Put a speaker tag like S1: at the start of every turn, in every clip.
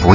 S1: 不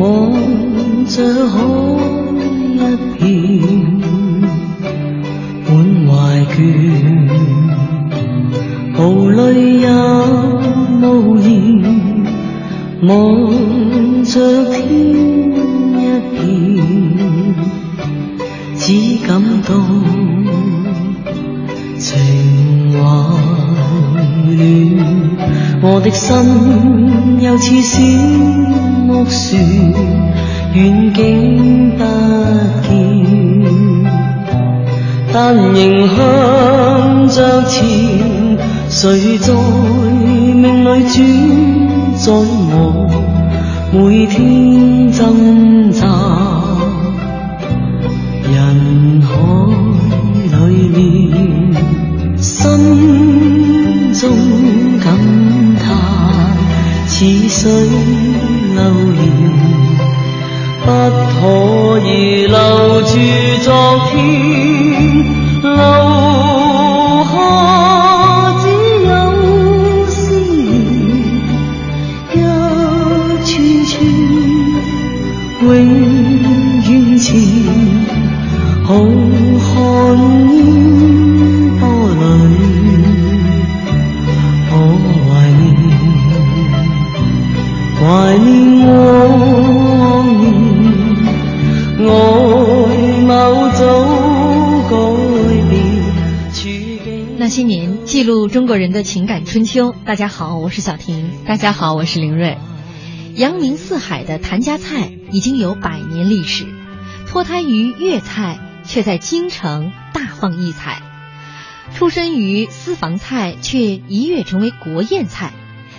S2: 望着海一片，满怀倦，无泪也无言。望着天一片，只感到情还乱。我的心又似小木船，远景不见，但仍向着前。谁在命里转，在我每天挣扎。人海里面，心中感叹，似水流年，不可以留住昨天，留下只有思念，一串串，永远缠。浩瀚烟波里，我懷念，懷念往年，愛某早改變處境。
S3: 那些年，记录中国人的情感春秋。大家好，我是小婷。大家好，我是林瑞。扬名四海的谭家菜已经有百年历史，脱胎于粤菜，却在京城大放异彩。出身于私房菜，却一跃成为国宴菜。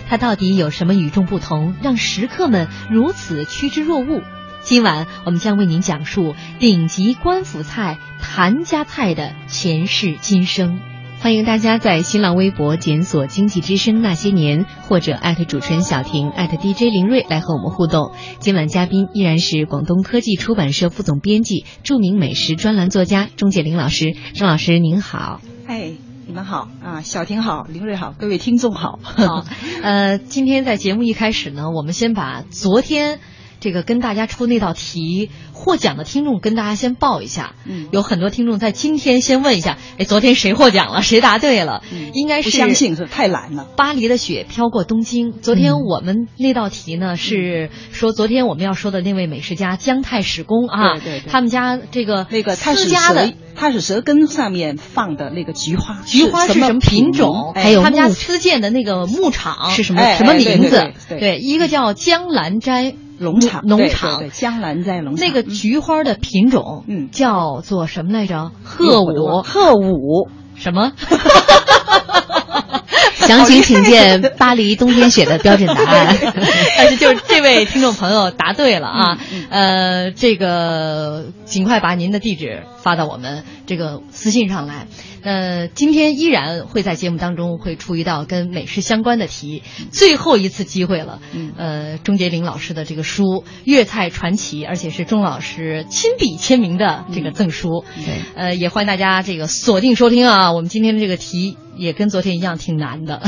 S3: 它到底有什么与众不同，让食客们如此趋之若鹜？今晚我们将为您讲述顶级官府菜谭家菜的前世今生。欢迎大家在新浪微博检索“经济之声那些年”或者艾特主持人小婷、艾特 DJ 林睿来和我们互动。今晚嘉宾依然是广东科技出版社副总编辑、著名美食专栏作家钟介林老师。钟老师您好，
S4: 哎，你们好啊，小婷好，林瑞好，各位听众好。
S3: 好，呃，今天在节目一开始呢，我们先把昨天这个跟大家出那道题获奖的听众跟大家先报一下。
S4: 嗯
S3: 有很多听众在今天先问一下，哎，昨天谁获奖了？谁答对了？
S4: 嗯
S3: 应该是
S4: 不相信是太懒了。嗯
S3: 巴黎的雪飘过东京。昨天我们那道题呢、是说，昨天我们要说的那位美食家姜太史公啊，
S4: 对对对
S3: 他们家这个
S4: 那个菜
S3: 私
S4: 屎
S3: 家的
S4: 蛇，菜屎蛇根上面放的那个菊花，
S3: 菊花是什么品种？
S4: 哎
S3: 还有他们家
S5: 牧
S3: 私建的那个牧场
S5: 是什么
S4: 哎
S3: 什么
S4: 哎对
S3: 名字
S4: 对？对对
S3: 一个叫江兰斋
S4: 农场，
S3: 农
S4: 对
S3: 场
S4: 对对江南在农场
S3: 那个
S4: 嗯
S3: 菊花的品种，
S4: 嗯
S3: 叫做什么来着？鹤舞，
S4: 鹤舞，
S3: 什么？
S5: 详情请见巴黎冬天雪的标准答案。
S3: 但是就是这位听众朋友答对了啊，呃，这个尽快把您的地址发到我们这个私信上来。呃，今天依然会在节目当中会出一道跟美食相关的题，最后一次机会了。
S4: 嗯
S3: 呃，钟杰林老师的这个书《粤菜传奇》，而且是钟老师亲笔签名的这个赠书。
S5: 对
S3: 呃，也欢迎大家这个锁定收听啊。我们今天的这个题也跟昨天一样挺难的。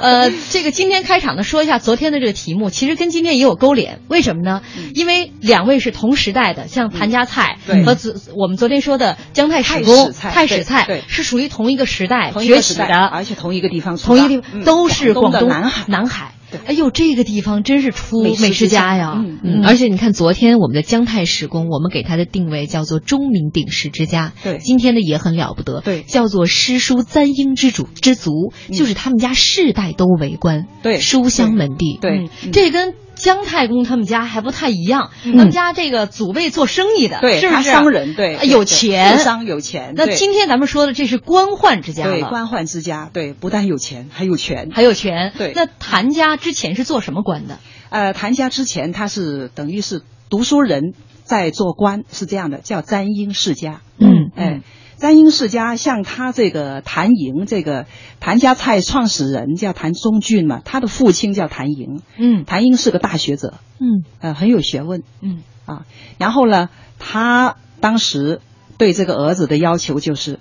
S3: 呃，这个今天开场呢，说一下昨天的这个题目，其实跟今天也有勾连。为什么呢？因为两位是同时代的，像谭家菜
S4: 嗯对
S3: 和昨我们昨天说的姜太史公、
S4: 太
S3: 太
S4: 史菜
S3: 史
S4: 对对
S3: 菜是属于同一个时代
S4: 同一个
S3: 崛
S4: 时
S3: 起
S4: 代
S3: 的，
S4: 而且同一个地方出
S3: 同
S4: 发，
S3: 一个地方
S4: 嗯
S3: 都是广
S4: 的
S3: 东
S4: 南海。
S3: 南海。哎呦，这个地方真是出
S4: 美食
S3: 美食
S4: 之
S3: 家
S4: 乡
S3: 呀！
S4: 嗯
S6: 嗯
S3: 而且你看，昨天我们的江太时宫，我们给它的定位叫做钟鸣鼎食之家。
S4: 对
S3: 今天的也很了不得，
S4: 对
S3: 叫做诗书簪缨之主之族，
S4: 嗯
S3: 就是他们家世代都为官，
S4: 对
S3: 书香门第，
S4: 对
S3: 嗯
S4: 嗯
S3: 这跟。姜太公他们家还不太一样，他们家这个祖辈做生意的，
S4: 对
S3: 是不
S4: 他
S3: 是
S4: 商人对
S3: 啊
S4: 对
S3: 有
S4: 对
S3: 钱，
S4: 富商有钱
S3: 那
S4: 对
S3: 今天咱们说的这是官宦之家了，
S4: 对，官宦之家，对，不但有钱，还有权。
S3: 还有权。
S4: 对
S3: 那谭家之前是做什么官的？
S4: 呃，谭家之前他是等于是读书人在做官，是这样的，叫詹英世家。
S3: 嗯
S4: 哎，詹英世家像他这个谭莹，这个谭家菜创始人叫谭中俊嘛，他的父亲叫谭莹，
S3: 嗯
S4: 谭莹是个大学者，
S3: 嗯
S4: 呃，很有学问
S3: 嗯
S4: 啊。然后呢，他当时对这个儿子的要求就是，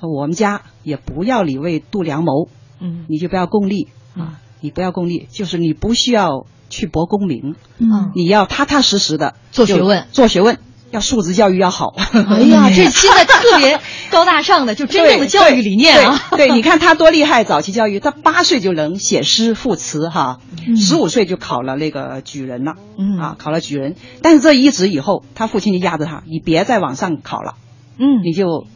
S4: 我们家也不要你为度量谋，
S3: 嗯
S4: 你就不要功利
S3: 嗯
S4: 啊，你不要功利，就是你不需要去博功名，
S3: 嗯
S4: 你要踏踏实实的
S3: 做学问，
S4: 做学问，要素质教育要好。
S3: 哎 呀，这现在特别高大上的，就真正的教育理念啊！
S4: 对，对对你看他多厉害，早期教育，他八岁就能写诗赋词哈，十五岁就考了那个举人了，
S3: 嗯
S4: 啊，考了举人。但是这一直以后，他父亲就压着他，你别再往上考了，
S3: 嗯
S4: 你就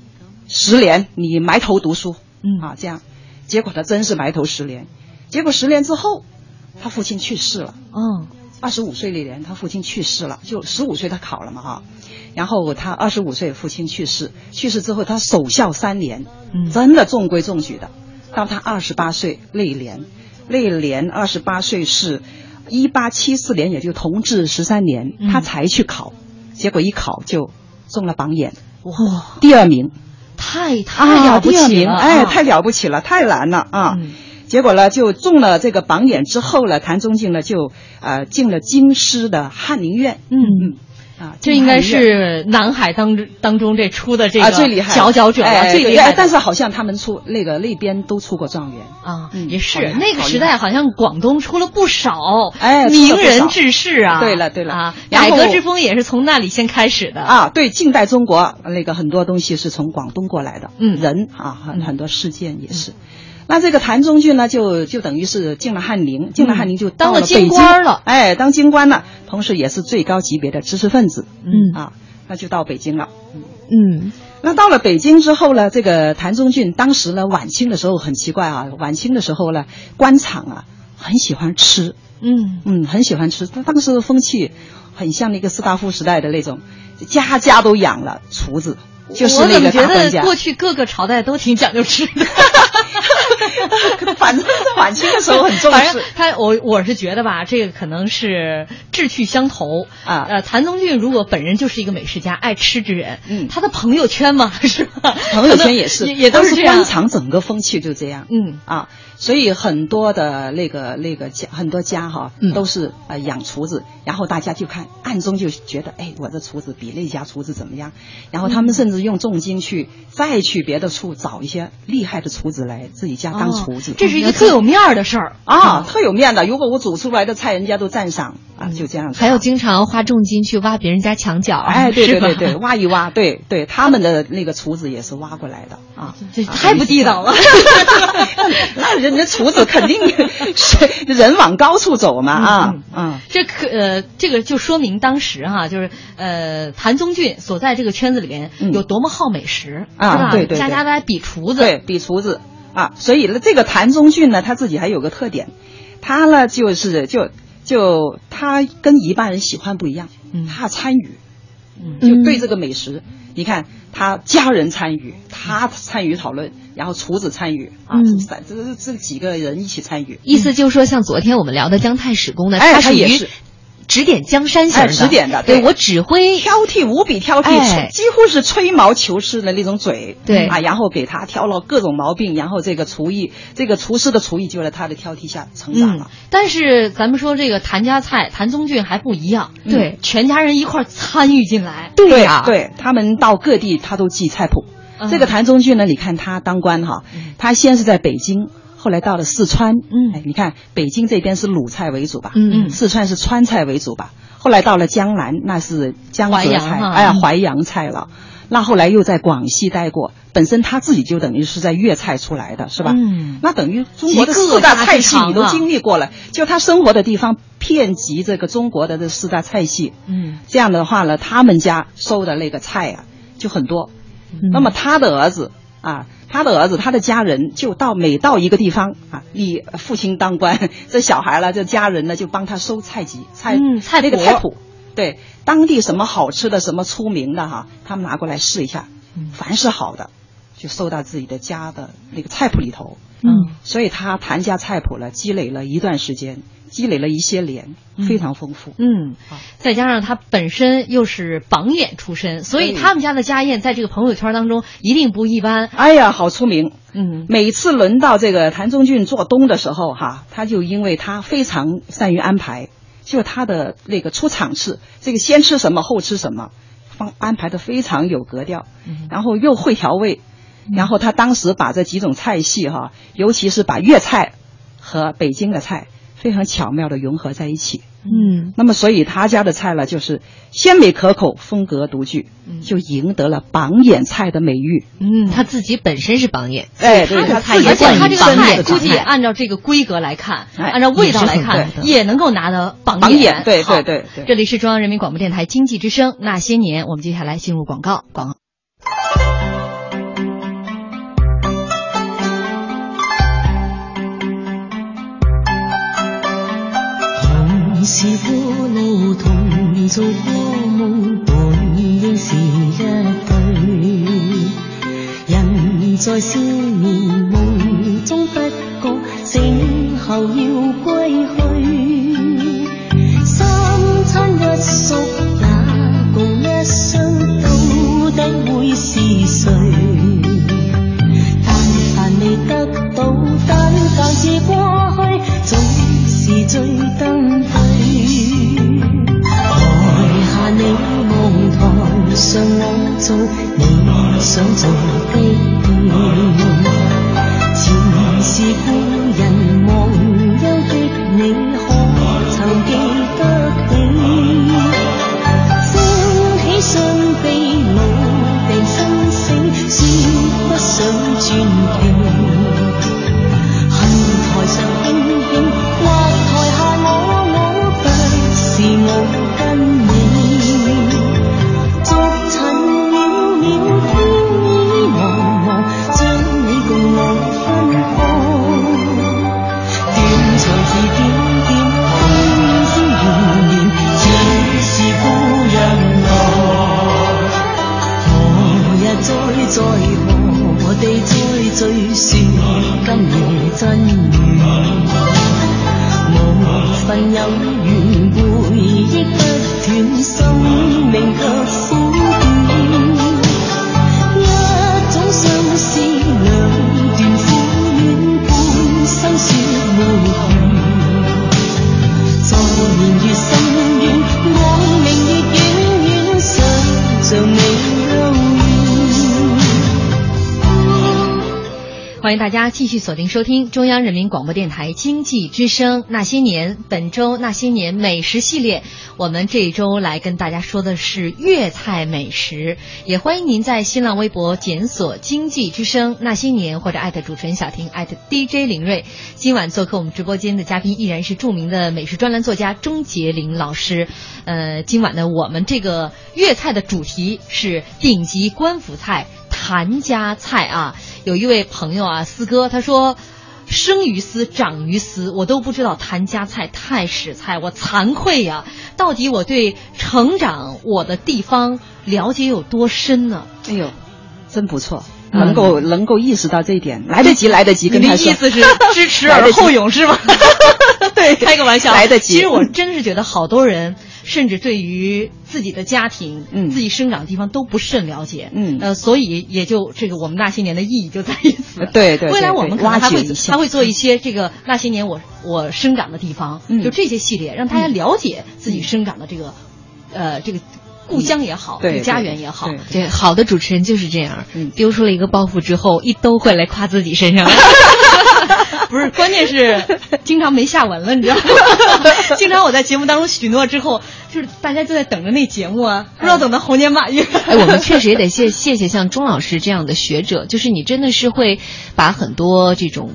S4: 十年你埋头读书，
S3: 嗯
S4: 啊，这样，结果他真是埋头十年，结果十年之后，他父亲去世了。
S3: 嗯
S4: 二十五岁那年，他父亲去世了，就十五岁他考了嘛哈，然后他二十五岁父亲去世，去世之后他守孝三年，
S3: 嗯
S4: 真的中规中矩的。到他二十八岁那一年，那一年二十八岁是一八七四年，也就同治十三年
S3: 嗯，
S4: 他才去考，结果一考就中了榜眼，
S3: 哇，
S4: 第二名，
S3: 太
S4: 哎
S3: 啊太
S4: 呀
S3: 了不
S4: 第二
S3: 起
S4: 名
S3: 了！
S4: 哎，
S3: 啊
S4: 太了不起了，太难了啊！
S3: 嗯
S4: 结果呢，就中了这个榜眼之后呢，谭中进呢就呃进了京师的翰林院，
S3: 嗯。
S4: 啊，
S3: 这应该是南海当当中这出的这
S4: 进
S3: 个
S4: 翰林院啊最厉害
S3: 佼佼者了，
S4: 哎
S3: 最
S4: 对
S3: 厉害
S4: 哎
S3: 的。
S4: 但是好像他们出那个那边都出过状元，
S3: 啊，
S4: 嗯
S3: 也
S4: 好厉
S3: 是
S4: 害
S3: 那个
S4: 好厉
S3: 时代，
S4: 害
S3: 好像广东出了不少
S4: 哎出了
S3: 名
S4: 不
S3: 人
S4: 少
S3: 志士啊。
S4: 对了对了
S3: 啊，
S4: 然
S3: 改革
S4: 后
S3: 之风也是从那里先开始的。
S4: 啊，对，近代中国那个很多东西是从广东过来的，
S3: 嗯
S4: 人啊，
S3: 嗯
S4: 很很多事件也是。那这个谭中俊呢，就就等于是进了翰林，进了翰林就
S3: 嗯当
S4: 到
S3: 了
S4: 了
S3: 京
S4: 北京
S3: 官了
S4: 哎，当京官了，同时也是最高级别的知识分子，
S3: 嗯
S4: 啊，那就到北京了。
S6: 嗯
S4: 那到了北京之后呢，这个谭中俊当时呢，晚清的时候很奇怪啊，晚清的时候呢，官场啊很喜欢吃，
S3: 嗯
S4: 嗯，很喜欢吃。他当时的风气很像那个斯大夫时代的那种，家家都养了厨子，就是
S3: 我
S4: 那
S3: 怎么
S4: 个
S3: 觉
S4: 大官
S3: 得
S4: 家。
S3: 过去各个朝代都挺讲究吃 的。
S4: 反正晚清的时候很重
S3: 反正
S4: 视。
S3: 他，我我是觉得吧，这个可能是志趣相投
S4: 啊
S3: 呃，谭宗俊如果本人就是一个美食家，爱吃之人，
S4: 嗯
S3: 他的朋友圈嘛，是吧？
S4: 朋友
S3: 可能
S4: 圈也是，
S3: 也也都
S4: 当
S3: 是这
S4: 时
S3: 样
S4: 官。场整个风气就这样。
S3: 嗯
S4: 啊，所以很多的那个那个家，很多家哈、
S6: 嗯
S4: 都是呃养厨子，然后大家就看暗中就觉得，哎，我的厨子比那家厨子怎么样？然后他
S3: 嗯
S4: 们甚至用重金去再去别的处找一些厉害的厨子来自己家当厨子。
S3: 哦这是一个特有面儿的事儿
S4: 啊，特有面的。如果我煮出来的菜，人家都赞赏
S3: 嗯
S4: 啊，就这样子。
S6: 还有经常花重金去挖别人家墙角，
S4: 哎，对对
S6: 是吧
S4: 对对，挖一挖，对对，他们的那个厨子也是挖过来的啊，
S3: 这太不地道了。
S4: 那人家厨子肯定是人往高处走嘛啊
S3: 嗯，
S4: 嗯，
S3: 这可呃，这个就说明当时哈、就是呃，谭宗俊所在这个圈子里面
S4: 嗯
S3: 有多么好美食，
S4: 啊
S3: 是吧？
S4: 对对对
S3: 家家都来比厨子，
S4: 对，比厨子啊，所以呢，这个谭中俊呢，他自己还有个特点，他呢就是就就他跟一般人喜欢不一样
S3: 嗯，
S4: 他参与，
S3: 嗯
S4: 就对这个美食，你看他家人参与，他参与讨论，然后厨子参与啊，
S6: 嗯
S4: 这这这几个人一起参与，
S6: 意思就是说，像昨天我们聊的姜太史公呢，
S4: 哎
S6: 属
S4: 他也
S6: 于
S4: 是
S6: 指点江山型
S4: 哎
S6: 的，
S4: 指点的
S6: 对
S4: 对
S6: 我指挥
S4: 挑剔无比挑剔，
S6: 哎
S4: 几乎是吹毛求疵的那种嘴，
S6: 对
S4: 啊，然后给他挑了各种毛病，然后这个厨艺，这个厨师的厨艺就在他的挑剔下成长
S3: 嗯
S4: 了。，
S3: 但是咱们说这个谭家菜，谭宗俊还不一样，
S6: 对
S3: 嗯全家人一块儿参与进来，
S6: 对呀、
S4: 对他们到各地他都记菜谱。
S3: 嗯
S4: 这个谭中俊呢，你看他当官哈，他先是在北京，后来到了四川，
S3: 嗯
S4: 哎，你看北京这边是鲁菜为主吧，
S6: 嗯
S3: 嗯
S4: 四川是川菜为主吧，后来到了江南，那是江浙
S3: 淮扬
S4: 菜，
S3: 哈嗯
S4: 哎呀，淮扬菜了。那后来又在广西待过，本身他自己就等于是在粤菜出来的，是吧？
S3: 嗯
S4: 那等于中国的
S3: 集各
S4: 四大
S3: 家之
S4: 菜系
S3: 长
S4: 你都
S3: 啊
S4: 经历过了，就他生活的地方遍及这个中国的这四大菜系。
S3: 嗯，
S4: 这样的话呢，他们家收的那个菜啊就很多。
S3: 嗯
S4: 那么他的儿子啊，他的儿子，他的家人就到每到一个地方啊，你父亲当官， 这小孩了，这家人呢就帮他收菜集、菜、
S3: 嗯菜
S4: 那个
S3: 谱
S4: 菜谱，对当地什么好吃的、什么出名的哈、他们拿过来试一下，
S3: 嗯
S4: 凡是好的就收到自己的家的那个菜谱里头。
S3: 嗯
S4: 所以他谭家菜谱了，积累了一段时间，积累了一些年，非常丰富。
S3: 嗯
S4: 好，
S3: 再加上他本身又是榜眼出身，所以
S4: 对
S3: 他们家的家宴在这个朋友圈当中一定不一般。
S4: 哎呀，好出名！
S3: 嗯
S4: 每次轮到这个谭中俊做东的时候，哈，他就因为他非常善于安排，就他的那个出场次，这个先吃什么后吃什么，方安排的非常有格调，
S3: 嗯
S4: 然后又会调味，然后他当时把这几种菜系哈，尤其是把粤菜和北京的菜非常巧妙的融合在一起。
S3: 嗯
S4: 那么，所以他家的菜呢，就是鲜美可口，风格独具，
S7: 嗯
S4: 就赢得了榜眼菜的美誉。
S3: 嗯，
S7: 他自己本身是榜眼，
S4: 哎，
S7: 他的
S4: 对，
S7: 菜
S4: 自己
S7: 也
S3: 而且
S7: 冠
S3: 他
S7: 以
S3: 这个
S7: 榜
S3: 菜
S7: 眼
S3: 估
S7: 榜
S3: 计
S7: 眼
S3: 按照这个规格来看，
S4: 哎
S3: 按照味道来
S7: 也是很高
S3: 看，
S7: 的
S3: 也能够拿到榜
S4: 榜眼对
S3: 好
S4: 对对对
S3: 这里是中央人民广播电台经济之声《那些年》，我们接下来进入广告广告。
S2: 同是苦惱，同做過夢，本應是一對。人在少年夢中不覺，醒後要歸去。三餐一宿，那共一生，到底會是誰？但凡未得到，反教是過去，總是最登對。台下你望台上偶做你想做的夢，前事故人忘憂的你，可曾記得起？升起雙臂，無病生死，說不上傳奇。恨台上卿卿，或台下我我，不是我跟你。逐塵渺渺，天意茫茫，將你共我分開。斷腸是點點，今宵懸念，只是故人來。何日再在何地再聚，說今夜真緣。無份有緣，回憶不斷，生命卻苦短。一種相思，兩段苦戀，半生雪無窮。昨年越深遠，往明月遠遠，想像你幽怨。
S3: 欢迎大家继续锁定收听中央人民广播电台经济之声《那些年》，本周《那些年》美食系列，我们这一周来跟大家说的是粤菜美食，也欢迎您在新浪微博检索“经济之声那些年”或者艾特主持人小婷艾特 DJ 林睿。今晚做客我们直播间的嘉宾依然是著名的美食专栏作家钟杰林老师。呃，今晚呢，我们这个粤菜的主题是顶级官府菜。谭家菜啊，有一位朋友啊，四哥他说。生于斯，长于斯，我都不知道谭家菜、太史菜，我惭愧呀！到底我对成长我的地方了解有多深呢？
S4: 哎呦，真不错，能够能够意识到这一点，来得及，来得及，
S3: 嗯你
S4: 跟
S3: 的
S4: 他
S3: 意
S4: 说。
S3: 思是知耻
S4: 来
S3: 而
S4: 得及
S3: 后勇是吗？
S4: 对
S3: 开个玩笑，
S4: 来得及
S3: 其实我真是觉得好多人，甚至对于自己的家庭、
S4: 嗯
S3: 自己生长的地方都不甚了解，
S4: 嗯
S3: 呃，所以也就这个我们那些年的意义就在于此。
S4: 对对对
S3: 未来我们可能还
S4: 挖掘
S3: 会
S4: 一下
S3: 还会做一些这个那些年我我生长的地方，
S4: 嗯
S3: 就这些系列，让大家了解自己生长的这个，呃，这个故乡也好，
S4: 对
S3: 这个家
S4: 对
S3: 园也好
S4: 对，
S7: 对，好的主持人就是这样，
S4: 嗯
S7: 丢出了一个包袱之后，一兜回来夸自己身上。
S3: 不是，关键是经常没下文了，你知道吗？经常我在节目当中许诺之后，就是大家就在等着那节目啊，不知道等到猴年马月。
S5: 哎，我们确实也得谢谢谢像钟老师这样的学者，就是你真的是会把很多这种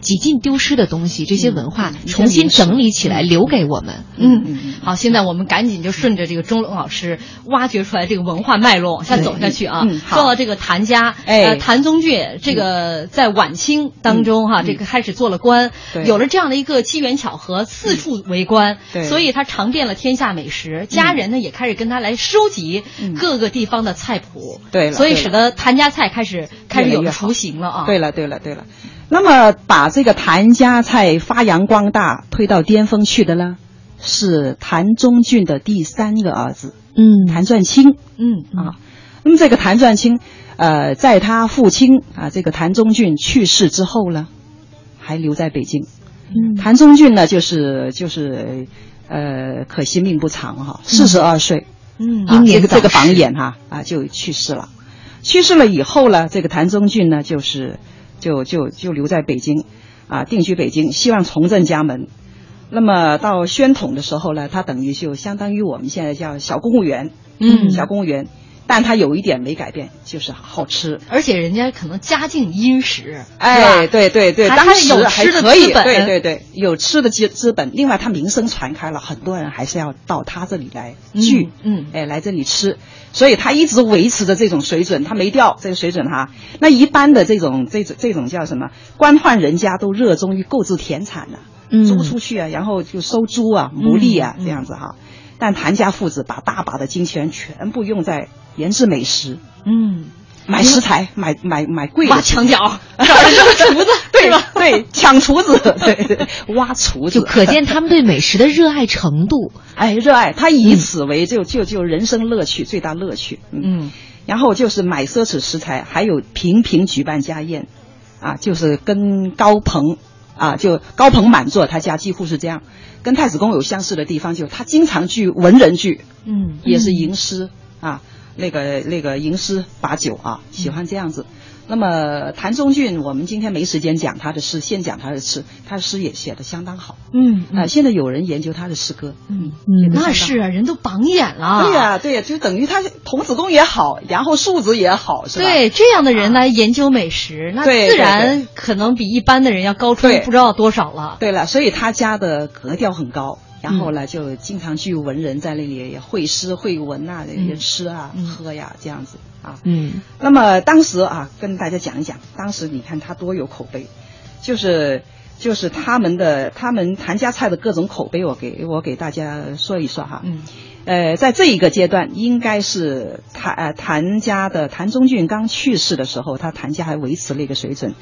S5: 几近丢失的东西，这些文化
S4: 嗯
S5: 重新整理起来，留给我们。
S3: 嗯
S4: 嗯，
S3: 好，现在我们赶紧就顺着这个钟老师挖掘出来这个文化脉络往下走下去啊。
S4: 嗯嗯好
S3: 说到这个谭家，
S4: 哎嗯
S3: 呃谭宗岳这个在晚清当中哈、这个开始做了官，
S4: 对嗯
S3: 有了这样的一个机缘巧合，四处为官，
S4: 对
S3: 所以他尝遍了天下美食，家人呢也开始跟他来收集
S4: 嗯
S3: 各个地方的菜谱，
S4: 对了
S3: 所以
S4: 对了
S3: 使得谭家菜开始开始有
S4: 越
S3: 了
S4: 来越好
S3: 雏形了啊。
S4: 对了，对了，对了。那么把这个谭家菜发扬光大、推到巅峰去的呢，是谭中俊的第三个儿子
S5: 嗯
S4: 谭传清。
S3: 嗯，嗯
S4: 啊。那么这个谭传清，呃，在他父亲啊这个谭中俊去世之后呢，还留在北京。
S5: 嗯
S4: 谭中俊呢，就是就是，呃，可惜命不长哈，四十二岁，
S3: 嗯
S4: 啊
S5: 英，
S4: 这
S5: 年
S4: 个
S5: 早
S4: 这个榜
S5: 逝
S4: 眼哈啊就去世了。去世了以后呢，这个谭中俊呢，就是就就就留在北京啊，定居北京，希望重振家门。那么到宣统的时候呢，他等于就相当于我们现在叫小公务员，
S3: 嗯
S4: 小公务员。但他有一点没改变，就是好吃。
S3: 而且人家可能家境殷实，
S4: 哎，
S3: 是吧，
S4: 对对对，
S3: 还
S4: 当
S3: 还有
S4: 时还
S3: 吃的
S4: 可以，
S3: 资本
S4: 对对对，有吃的资资本。另外，他名声传开了，很多人还是要到他这里来聚，
S3: 嗯嗯
S4: 哎，来这里吃。所以他一直维持着这种水准，他没掉这个水准哈。那一般的这种这种这种叫什么官宦人家都热衷于购置田产呐、
S5: 嗯
S4: 租出去啊，然后就收租啊、奴隶啊、
S3: 嗯
S4: 这样子哈。但谭家父子把大把的金钱全部用在研制美食、
S3: 嗯。
S4: 买食材、买买买贵的
S3: 挖
S4: 食材
S3: 墙 角，找人当厨子，
S4: 对
S3: 是吧？
S4: 对，抢 厨子，对对，挖厨子，
S5: 就可见他们对美食的热爱程度。
S4: 哎，热爱他以此为就就就人生乐趣最大乐趣，嗯，
S3: 嗯嗯，
S4: 然后就是买奢侈食材，还有频频举办家宴，啊，就是跟高朋啊，就高朋满座，他家几乎是这样。跟太子宫有相似的地方，就是他经常聚文人聚，
S3: 嗯，
S4: 也是吟诗啊，那个那个吟诗把酒啊，喜欢这样子。
S3: 嗯
S4: 那么谭中俊，我们今天没时间讲他的诗，先讲他的诗，他的诗也写的相当好。
S3: 嗯
S4: 啊、现在有人研究他的诗歌。
S3: 嗯
S5: 嗯
S3: 那是啊，人都榜眼了。
S4: 对呀、对呀、就等于他童子功也好，然后素质也好，是吧？
S3: 对这样的人来研究美食，那
S4: 对
S3: 自然可能比一般的人要高出
S4: 对
S3: 不知道多少了。
S4: 对了，所以他家的格调很高，
S3: 嗯
S4: 然后呢，就经常聚文人在那里也会诗会文啊，
S3: 嗯
S4: 也吃啊、喝呀这样子啊。
S5: 嗯
S4: 那么当时啊，跟大家讲一讲，当时你看他多有口碑，就是就是他们的他们谭家菜的各种口碑，我给我给大家说一说哈。
S3: 嗯
S4: 呃，在这一个阶段，应该是谭呃谭家的谭中俊刚去世的时候，他谭家还维持了一个水准。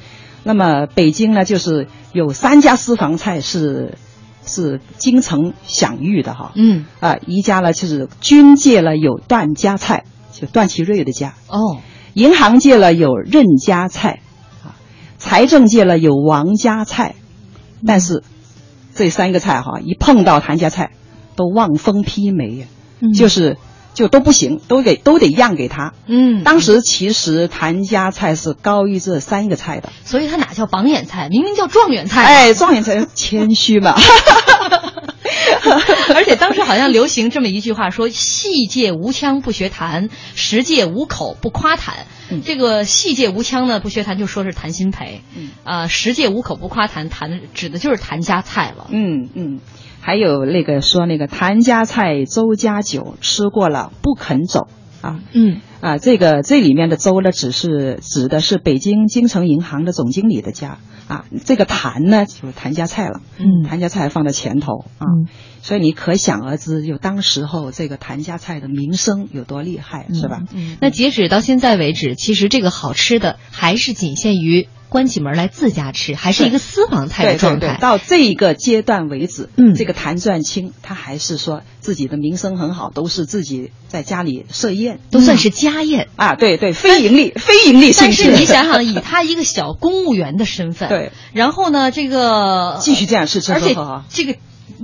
S4: 那么北京呢，就是有三家私房菜是是京城享誉的哈。
S3: 嗯，
S4: 啊、一家呢就是军界呢有段家菜，就段祺瑞的家。
S3: 哦，
S4: 银行界了有任家菜，啊，财政界了有王家菜，但是这三个菜哈，一碰到谭家菜，都望风披靡呀，就是就都不行，都给都得让给他。
S3: 嗯，
S4: 当时其实谭家菜是高于这三个菜的，
S3: 所以他哪叫榜眼菜，明明叫状元菜。
S4: 哎，状元才谦虚嘛。
S3: 而且当时好像流行这么一句话说：“戏界无腔不学弹，实界无口不夸弹。
S4: 嗯
S3: 这个戏界无腔呢，不学弹就说是谭鑫培；
S4: 嗯
S3: 啊、实界无口不夸弹，弹指的就是谭家菜了。
S4: 嗯嗯，还有那个说那个谭家菜、周家酒吃过了不肯走啊。
S5: 嗯
S4: 啊，这个这里面的“周”呢，只是指的是北京京城银行的总经理的家啊。这个“谭”呢，就是谭家菜了，
S5: 嗯
S4: 谭家菜放在前头啊，
S5: 嗯
S4: 所以你可想而知，就当时候这个谭家菜的名声有多厉害，是吧？
S3: 嗯
S5: 那截止到现在为止，其实这个好吃的还是仅限于关起门来自家吃，还是一个私房菜
S4: 对
S5: 的
S4: 对
S5: 状
S4: 对，
S5: 态。
S4: 到这一个阶段为止，
S5: 嗯
S4: 这个谭传清他还是说自己的名声很好，都是自己在家里设宴
S5: 都算是家宴，
S4: 啊，对对，非盈利非盈利性
S3: 但
S4: 质，
S3: 是你想想，以他一个小公务员的身份，
S4: 对，
S3: 然后呢，这个
S4: 继续这样吃吃
S3: 而
S4: 喝
S3: 且
S4: 喝啊，
S3: 这个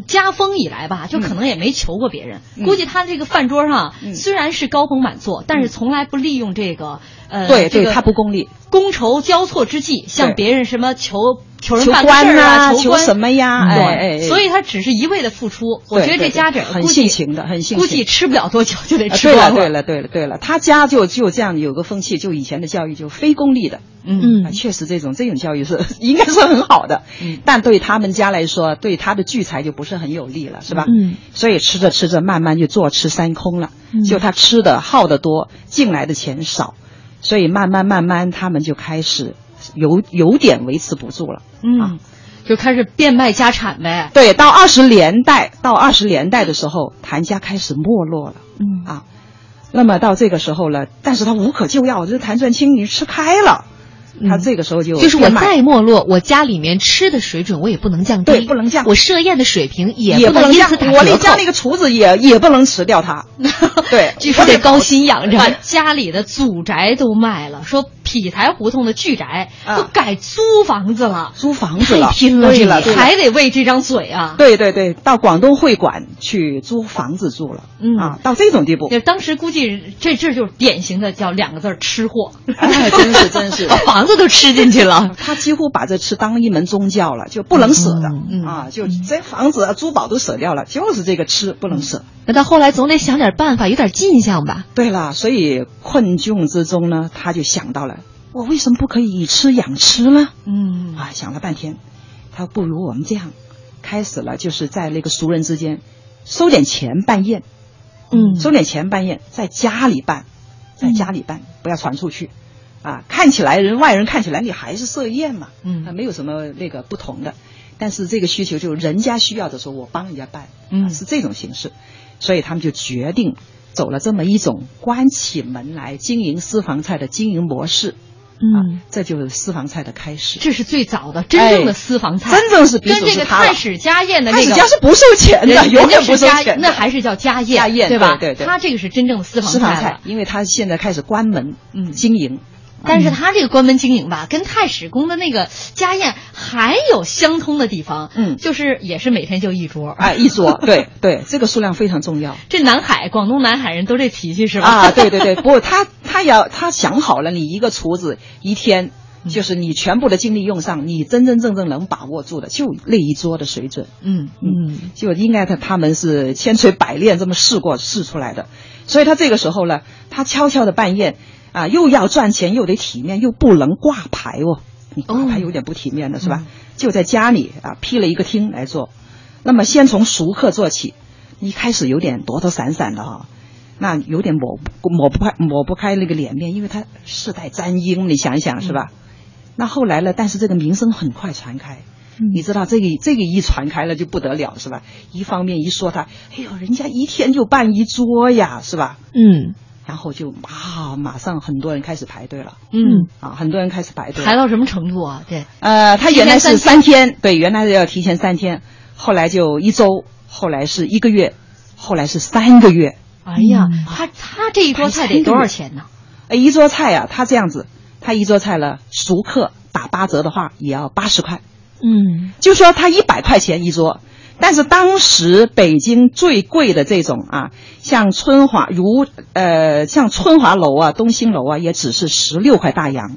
S3: 家风以来吧，就可能也没求过别人。
S4: 嗯
S3: 估计他这个饭桌上、啊
S4: 嗯
S3: 虽然是高朋满座，但是从来不利用这个呃，
S4: 对
S3: 这
S4: 对，
S3: 个
S4: 他不功利，
S3: 觥筹交错之际，向
S4: 对
S3: 别人什么求。求人
S4: 求
S3: 办个事
S4: 官
S3: 儿啊
S4: 呐、
S3: 求
S4: 求
S3: 官
S4: 什么呀？
S3: 对
S4: 哎哎，哎
S3: 所以他只是一味的付出。我觉
S4: 对
S3: 得这
S4: 对对
S3: 家长
S4: 很
S3: 估计
S4: 性情的很性
S3: 估
S4: 情
S3: 计吃不了多久就得
S4: 啊
S3: 吃
S4: 对了，
S3: 光
S4: 对。了，对了，对了，他家就就这样有个风气，就以前的教育就非功利的，
S3: 嗯，
S4: 啊
S8: 嗯
S4: 确实这种这种教育是 应该是很好的，
S3: 嗯
S4: 但对他们家来说，对他的聚财就不是很有利了，是吧？
S8: 嗯，
S4: 所以吃着吃着，慢慢就坐吃山空了，
S8: 嗯
S4: 就他吃的耗的多，进来的钱少，所以慢慢慢慢，他们就开始有有点维持不住了。
S3: 嗯，就开始变卖家产呗。
S4: 对，到二十年代，到二十年代的时候，谭家开始没落了。
S8: 嗯
S4: 啊，那么到这个时候了，但是他无可救药，这谭传清你吃开了，他这个时候就
S5: 就是我
S4: 变卖
S5: 再没落，我家里面吃的水准我也不能降低，
S4: 对不能降
S5: 我设宴的水平
S4: 也
S5: 不能
S4: 能
S5: 因
S4: 降
S5: 此打，折
S4: 我那
S5: 扣
S4: 家那个厨子也也不能辞掉他，对，
S5: 据说
S4: 我
S5: 得高薪养
S3: 把
S4: 啊
S5: 着。
S3: 家里的祖宅都卖了，说痞台胡同的巨宅
S4: 啊
S3: 都改租房子了，
S4: 租房子了，
S3: 太拼了，
S4: 对
S3: 这
S4: 了，对了
S3: 还得为这张嘴啊。
S4: 对对对，到广东会馆去租房子住了，
S3: 嗯
S4: 啊，到这种地步
S3: 就，当时估计这这就是典型的叫两个字儿吃货，
S4: 哎，真是真是
S5: 把。房子都吃进去 了，
S4: 他几乎把这吃当一门宗教了，就不能舍的、
S3: 嗯
S4: 啊！就这房子、啊珠宝都舍掉了，就是这个吃不能舍。
S3: 嗯
S5: 那到后来总得想点办法，有点进项吧。
S4: 对了，所以困窘之中呢，他就想到了，我为什么不可以以吃养吃呢？
S3: 嗯
S4: 啊，想了半天，他说不如我们这样，开始了就是在那个熟人之间收点钱办宴，
S8: 嗯
S4: 收点钱办宴，在家里办，在家里办，不要传出去。啊，看起来人外人看起来你还是设宴嘛，
S3: 嗯
S4: 啊没有什么那个不同的，但是这个需求就人家需要的时候，我帮人家办，
S3: 嗯
S4: 啊是这种形式，所以他们就决定走了这么一种关起门来经营私房菜的经营模式，
S8: 嗯
S4: 啊，这就是私房菜的开始，
S3: 这是最早的哎真正的私房菜，
S4: 真正是鼻
S3: 跟
S4: 祖
S3: 这
S4: 是
S3: 个
S4: 他了
S3: 太。史家宴的
S4: 太
S3: 那
S4: 史
S3: 个
S4: 家是不收钱的，
S3: 人
S4: 永
S3: 人家
S4: 远不
S3: 是
S4: 收
S3: 家
S4: 钱的，
S3: 那还是叫家宴，
S4: 家宴
S3: 对吧？
S4: 对对对
S3: 他这个是真正的私房
S4: 私房
S3: 菜
S4: 菜
S3: 了，，
S4: 因为他现在开始关门
S3: 嗯
S4: 经营，
S3: 但是他这个关门经营吧，跟太史公的那个家宴还有相通的地方，
S4: 嗯
S3: 就是也是每天就一桌。
S4: 哎，一 桌，对对，这个数量非常重要。
S3: 这南海，广东南海人都这脾气是吧？
S4: 啊，对对对，不过他他要他想好了，你一个厨子一天。就是你全部的精力用上，你真真正正能把握住的，就那一桌的水准，
S3: 嗯
S4: 嗯，就应该他他们是千锤百炼这么试过试出来的，所以他这个时候呢，他悄悄的办宴啊，又要赚钱，又得体面，又不能挂牌哦，你挂牌有点不体面的是吧？就在家里啊批了一个厅来做，那么先从熟客做起，一开始有点躲躲闪闪的哈、那有点抹不抹不开抹不开那个脸面，因为他世代沾英，你想一想是吧？那后来呢？但是这个名声很快传开，你知道这个这个一传开了就不得了是吧？一方面一说他，哎呦，人家一天就办一桌呀是吧？
S5: 嗯，
S4: 然后就啊，马上很多人开始排队了
S3: 嗯，
S4: 啊，很多人开始排队了。
S3: 排到什么程度啊？对，
S4: 呃，他原来
S3: 提前
S4: 是三天，对，原来要提前三天，后来就一周，后来是一个月，后来是三个月。
S3: 哎呀，他他这一桌菜得多少钱呢？
S4: 哎，一桌菜啊，他这样子，他一桌菜了，熟客打八折的话也要八十块，
S8: 嗯
S4: 就说他一百块钱一桌。但是当时北京最贵的这种啊，像春华如呃，像春华楼啊、东兴楼啊，也只是十六块大洋。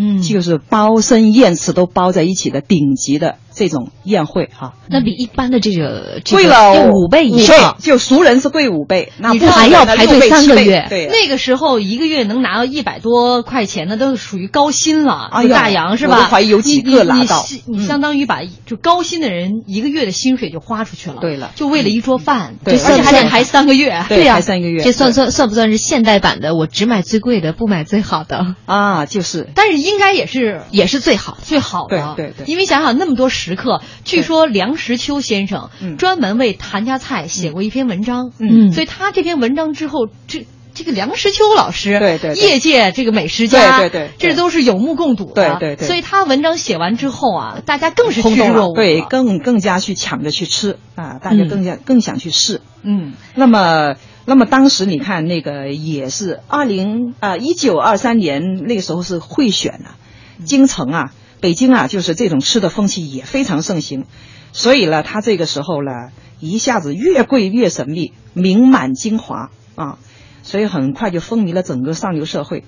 S3: 嗯
S4: 就是包身宴吃都包在一起的顶级的这种宴会哈、
S5: 那比一般的这个这个
S4: 贵了
S5: 要五倍以上。
S4: 就熟人是贵五倍，那
S5: 你
S4: 不熟
S5: 还要
S4: 人呢
S5: 排
S4: 六
S5: 队
S4: 倍
S5: 三
S4: 七
S5: 个
S4: 倍
S5: 月
S4: 对。
S3: 那个时候一个月能拿到一百多块钱的，都是属于高薪了。
S4: 哎
S3: 就
S4: 呀
S3: 大洋是
S4: 我
S3: 吧？
S4: 都怀疑有几个拿到嗯
S3: 你你你你相当于把就高薪的人一个月的薪水就花出去了。
S4: 对了嗯
S3: 就为了一桌饭，
S4: 对
S3: 而且还
S4: 而
S3: 得
S4: 且
S3: 排三个月。
S4: 对
S5: 呀、
S4: 还三个月
S5: 这算算算不算是现代版的？我只买最贵的，不买最好的。
S4: 啊，就是
S3: 但是应该也是
S5: 也是最好的。
S3: 最好的，
S4: 对对对
S3: 因为想想那么多食客，据说梁实秋先生
S4: 嗯
S3: 专门为谭家菜写过一篇文章，
S4: 嗯
S3: 所以他这篇文章之后，这这个梁实秋老师，
S4: 对对对
S3: 业界这个美食家，
S4: 对对对
S3: 这都是有目共睹的，
S4: 对对对
S3: 所以他文章写完之后啊，大家更是趋
S4: 轰
S3: 之
S4: 动
S3: 若
S4: 了，
S3: 鹜，
S4: 对，，更更加去抢着去吃啊，大家
S5: 嗯
S4: 更加、更想去试。
S3: 嗯
S4: 那么，那么当时你看那个也是二零啊一九二三年那个时候是会选啊，京城啊，北京啊，就是这种吃的风气也非常盛行，所以呢，他这个时候呢，一下子越贵越神秘，名满京华啊，所以很快就风靡了整个上流社会。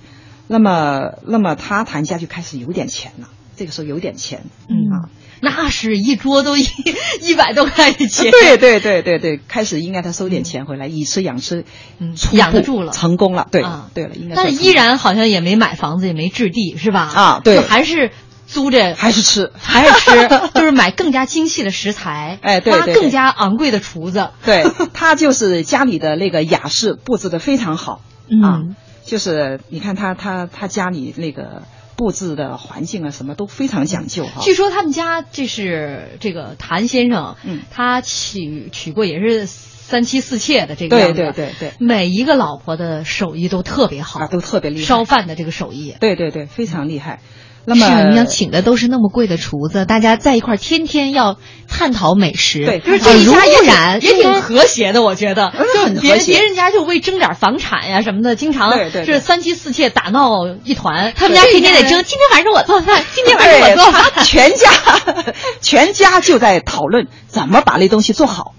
S4: 那么，那么他谭家就开始有点钱了。这个时候有点钱，
S8: 嗯
S4: 啊，
S3: 那是一桌都一 一百多块钱，
S4: 对对对对对，开始应该他收点钱回来，以吃养吃，
S3: 嗯
S4: 初步
S3: 养得住了
S4: 成功了，对
S3: 啊
S4: 对了，应该说
S3: 但是依然好像也没买房子，也没置地，是吧？
S4: 啊对
S3: 就还是租着，
S4: 还 是吃，
S3: 还是吃，就是买更加精细的食材，
S4: 哎对
S3: 花
S4: 对对
S3: 更加昂贵的厨子，
S4: 对他就是家里的那个雅室布置的非常好，啊
S8: 嗯，
S4: 就是你看他他他家里那个布置的环境啊，什么都非常讲究哈、
S3: 据说他们家这是这个谭先生，
S4: 嗯
S3: 他娶娶过也是三妻四妾的这个样
S4: 对
S3: 子，
S4: 对对对，
S3: 每一个老婆的手艺都特别好，
S4: 啊，都特别厉害，
S3: 烧饭的这个手艺，
S4: 对对对，非常厉害。那
S5: 是啊，
S4: 么
S5: 你想请的都是那么贵的厨子，大家在一块儿天天要探讨美食，啊
S4: 对
S3: 就是
S5: 耳
S3: 这一
S5: 濡
S3: 家也
S5: 目
S3: 挺
S5: 染，
S3: 也
S5: 这
S3: 挺
S5: 个
S3: 和谐的，我觉得，
S5: 嗯
S4: 很
S3: 就别
S4: 和谐
S3: 别人家就为争点房产呀什么的，经常
S4: 对对对
S3: 是三妻四妾打闹一团，
S5: 他们家
S3: 这
S5: 天
S3: 一
S5: 天得争，
S3: 人
S5: 今天晚上我做饭，
S3: 嗯
S4: 啊
S5: 今天晚上
S4: 对
S5: 我做饭。
S4: 他全家全家就在讨论怎么把那东西做好。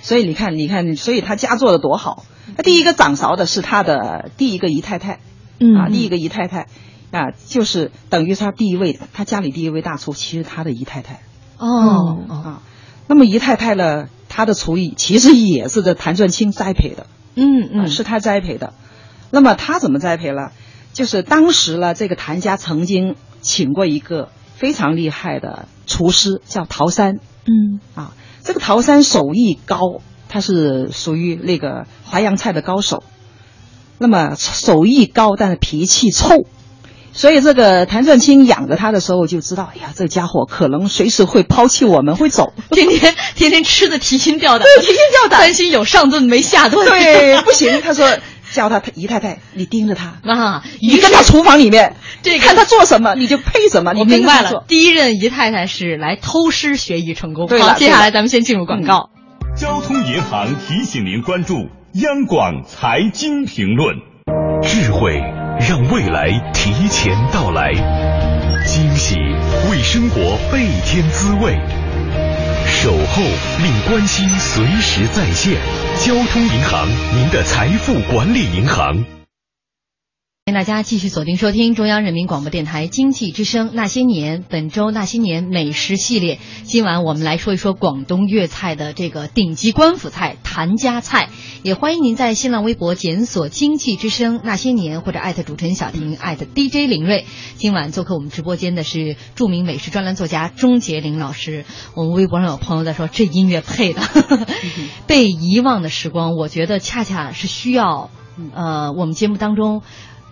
S4: 所以你看，你看，所以他家做的多好。他第一个掌勺的是他的第一个姨太太，啊，第一个姨太太，啊，就是等于他第一位，他家里第一位大厨，其实他的姨太太
S3: 哦
S5: 嗯
S3: 哦
S4: 啊。那么姨太太呢，她的厨艺其实也是这谭传清栽培的，
S3: 嗯
S4: 啊，
S3: 嗯，
S4: 是他栽培的。那么他怎么栽培了？就是当时呢，这个谭家曾经请过一个非常厉害的厨师，叫陶山
S5: 嗯，
S4: 啊。这个陶山手艺高，他是属于那个淮扬菜的高手。那么手艺高，但是脾气臭，所以这个谭传清养着他的时候就知道，哎呀，这家伙可能随时会抛弃我们，会走。
S3: 天天天天吃的提心吊胆，提心吊胆，担心有上顿没下顿，
S4: 对， 不行，他说叫他姨太太，你盯着他，
S3: 啊，
S4: 你跟到厨房里面，
S3: 这个
S4: 看他做什么，你就配什么。
S3: 我
S4: 你跟
S3: 明
S4: 着
S3: 白
S4: 他
S3: 了
S4: 做，，
S3: 第一任姨太太是来偷师学艺成功。
S4: 对
S3: 好，
S4: 了
S3: 接下来咱们先进入广告。
S9: 交通银行提醒您关注央广财经评论。
S1: 智慧让未来提前到来，惊喜为生活倍添滋味，守候令关心随时在线。交通银行，您的财富管理银行。
S3: 欢迎大家继续锁定收听中央人民广播电台经济之声《那些年》，本周《那些年》美食系列。今晚我们来说一说广东粤菜的这个顶级官府菜谭家菜。也欢迎您在新浪微博检索“经济之声那些年”或者艾特主持人小婷艾特 DJ 林睿。今晚做客我们直播间的是著名美食专栏作家钟杰林老师。我们微博上有朋友在说这音乐配的，被遗忘的时光，我觉得恰恰是需要呃我们节目当中。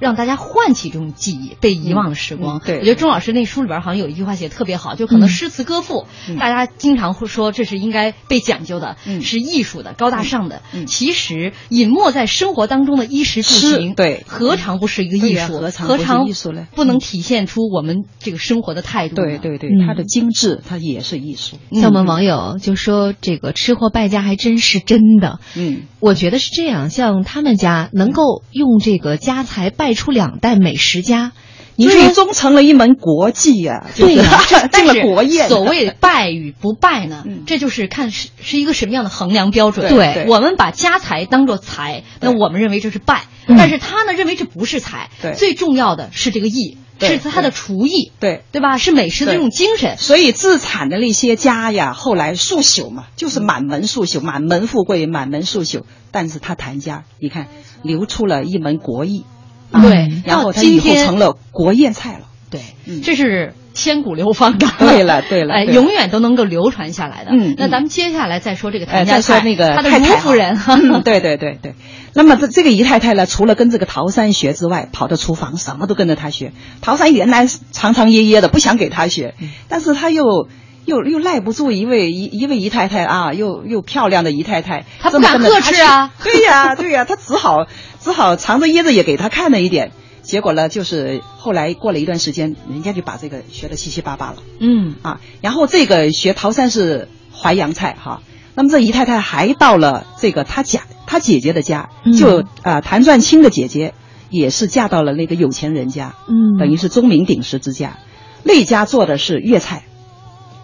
S3: 让大家唤起这种记忆，被遗忘的时光。
S4: 嗯对
S3: 我觉得钟老师那书里边好像有一句话写的特别好，就可能诗词歌赋，
S4: 嗯
S3: 大家经常会说这是应该被讲究的，
S4: 嗯
S3: 是艺术的、高大上的。
S4: 嗯嗯
S3: 其实隐没在生活当中的衣食住行，
S4: 吃对
S3: 何尝不是一个
S4: 对
S3: 艺
S4: 呀
S3: 术？
S4: 何尝不是艺术嘞
S3: 不能体现出我们这个生活的态度呢？
S4: 对对对，
S5: 嗯
S4: 他的精致，他也是艺术。
S3: 嗯
S5: 像我们网友就说这个吃货败家还真是真的，
S4: 嗯，
S5: 我觉得是这样，像他们家能够用这个家财拜出两代美食家，您说
S4: 最终成了一门国技呀，就
S5: 对
S4: 是
S5: 呀
S4: 进了国宴。
S3: 所谓败与不败呢，
S4: 嗯
S3: 这就是看是是一个什么样的衡量标准。
S4: 对对
S3: 我们把家财当做财，那
S4: 对
S3: 我们认为这是败，
S5: 嗯
S3: 但是他呢认为这不是财。
S4: 对
S3: 最重要的是这个艺，是
S4: 对
S3: 他的
S4: 对
S3: 厨艺，
S4: 对，
S3: 对吧？是美食的这种精神。
S4: 所以自产的那些家呀，后来速朽嘛，就是满门速朽，满门富贵，满门速朽。但是他谭家，你看留出了一门国艺，嗯
S3: 对，
S4: 然后
S3: 到
S4: 他
S3: 今
S4: 以后
S3: 天
S4: 成了国宴菜了。
S3: 对，
S4: 嗯
S3: 这是千古流芳的。
S4: 对了对了
S3: 哎，
S4: 对了
S3: 永远都能够流传下来的。
S4: 嗯
S3: 那
S4: 嗯
S3: 咱们接下来再说这个
S4: 呃，
S3: 谭家
S4: 再
S3: 菜，
S4: 说那个
S3: 他的
S4: 太
S3: 卢
S4: 太
S3: 夫人，
S4: 哈嗯对对对对。那么这这个姨太太呢，除了跟这个陶山学之外，跑到厨房什么都跟着她学。陶山原来长长噎噎的，不想给她学，
S3: 嗯
S4: 但是她又。又又赖不住一位一一位姨太太啊，又又漂亮的姨太太，
S3: 她不
S4: 这么
S3: 敢
S4: 跟着
S3: 呵
S4: 她
S3: 斥
S4: 学
S3: 啊
S4: 对呀对呀，她只好只好藏着掖着也给她看了一点，结果呢，就是后来过了一段时间，人家就把这个学的七七八八了。
S3: 嗯，
S4: 啊，然后这个学陶山是淮扬菜哈、那么这姨太太还到了这个她家她姐姐的家，就啊、呃谭传清的姐姐也是嫁到了那个有钱人家，
S5: 嗯
S4: 等于是钟鸣鼎食之家，那家做的是粤菜。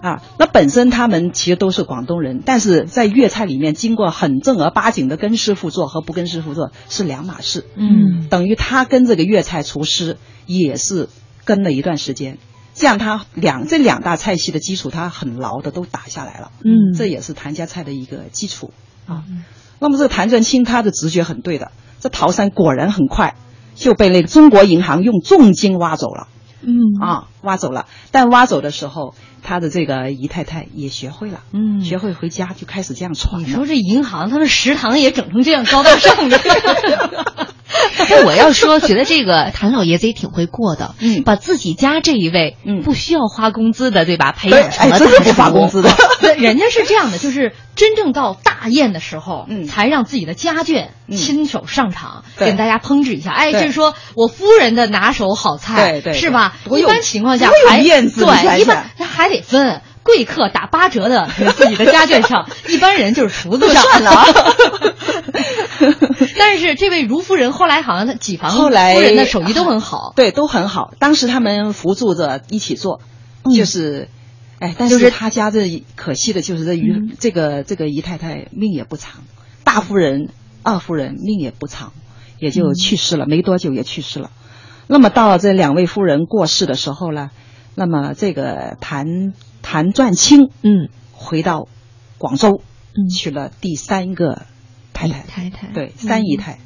S4: 啊，那本身他们其实都是广东人，但是在粤菜里面，经过很正儿八经的跟师傅做和不跟师傅做是两码事。
S3: 嗯，
S4: 等于他跟这个粤菜厨师也是跟了一段时间。这样它两这两大菜系的基础它很牢的都打下来了，
S8: 嗯
S4: 这也是谭家菜的一个基础啊。那么这个谭振清他的直觉很对的，这陶山果然很快就被那个中国银行用重金挖走了。
S8: 嗯
S4: 啊，挖走了。但挖走的时候，他的这个姨太太也学会了，
S8: 嗯
S4: 学会回家就开始这样传
S3: 你
S4: 了。
S3: 说这银行，他们食堂也整成这样高大上的，
S5: 哎，我要说，觉得这个谭老爷子也挺会过的，
S4: 嗯
S5: 把自己家这一位，
S4: 嗯
S5: 不需要花工资的，对吧？培
S4: 对，
S5: 养成
S4: 哎，
S5: 了
S4: 真的
S5: 大
S4: 不发
S5: 厨
S4: 工 资的。
S3: 对人家是这样的，就是真正到大宴的时候，
S4: 嗯
S3: 才让自己的家眷
S4: 嗯
S3: 亲手上场，
S4: 对
S3: 跟大家烹制一下。哎，
S4: 对
S3: 这是说我夫人的拿手好菜，
S4: 对对对
S3: 是吧？
S4: 多
S3: 一
S4: 有
S3: 般情况下
S4: 多有
S3: 还
S4: 面子你想
S3: 对，一
S4: 想
S3: 般还得分。贵客打八折的给自己的家眷上，一般人就是厨子上算
S4: 啊
S3: 了。但是这位如夫人后来好像她几房
S4: 后来啊
S3: 夫人的手艺都很好，
S4: 对，都很好。当时他们扶助着一起做，就是，哎，
S3: 嗯
S4: 但
S3: 就是嗯
S4: 是他家这可惜的就是这于、这个这个姨太太命也不长，大夫人、二夫人命也不长，
S3: 嗯
S4: 也就去世了，没多久也去世了。那么到这两位夫人过世的时候呢，那么这个谭谭传清
S5: 嗯，
S4: 回到广州，
S5: 嗯
S4: 娶了第三个太太，
S5: 太太，
S4: 对，三姨
S3: 嗯
S4: 太，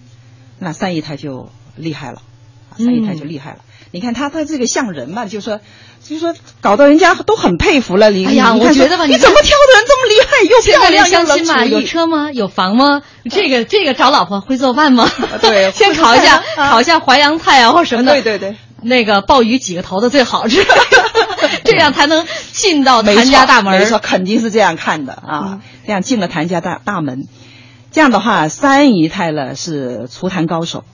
S4: 那三姨太就厉害了，啊三姨太就厉害了。你看她，她这个像人嘛，就说，就说搞得人家都很佩服了。你，
S3: 哎呀
S4: 你看
S3: 我觉
S4: 说
S3: 得吧
S4: 你
S3: 你
S4: 怎么
S3: 看
S4: 挑的人这么厉害，又
S3: 现在
S4: 漂
S3: 这
S4: 亮
S3: 相
S4: 又
S3: 亲嘛，
S4: 能厨
S3: 有
S4: 艺？
S3: 车吗？有房吗？这个这个找老婆会做饭吗？
S4: 啊对啊
S3: 先烤一下烤一下淮扬菜啊，或什么的。
S4: 对对对，
S3: 那个鲍鱼几个头的最好 吃，这样才能进到
S4: 没
S3: 谭
S4: 错
S3: 家大门
S4: 没
S3: 儿。嗯
S4: 错，肯定是这样看的啊。这样进了谭家大大门，这样的话，三姨太呢是厨坛高手，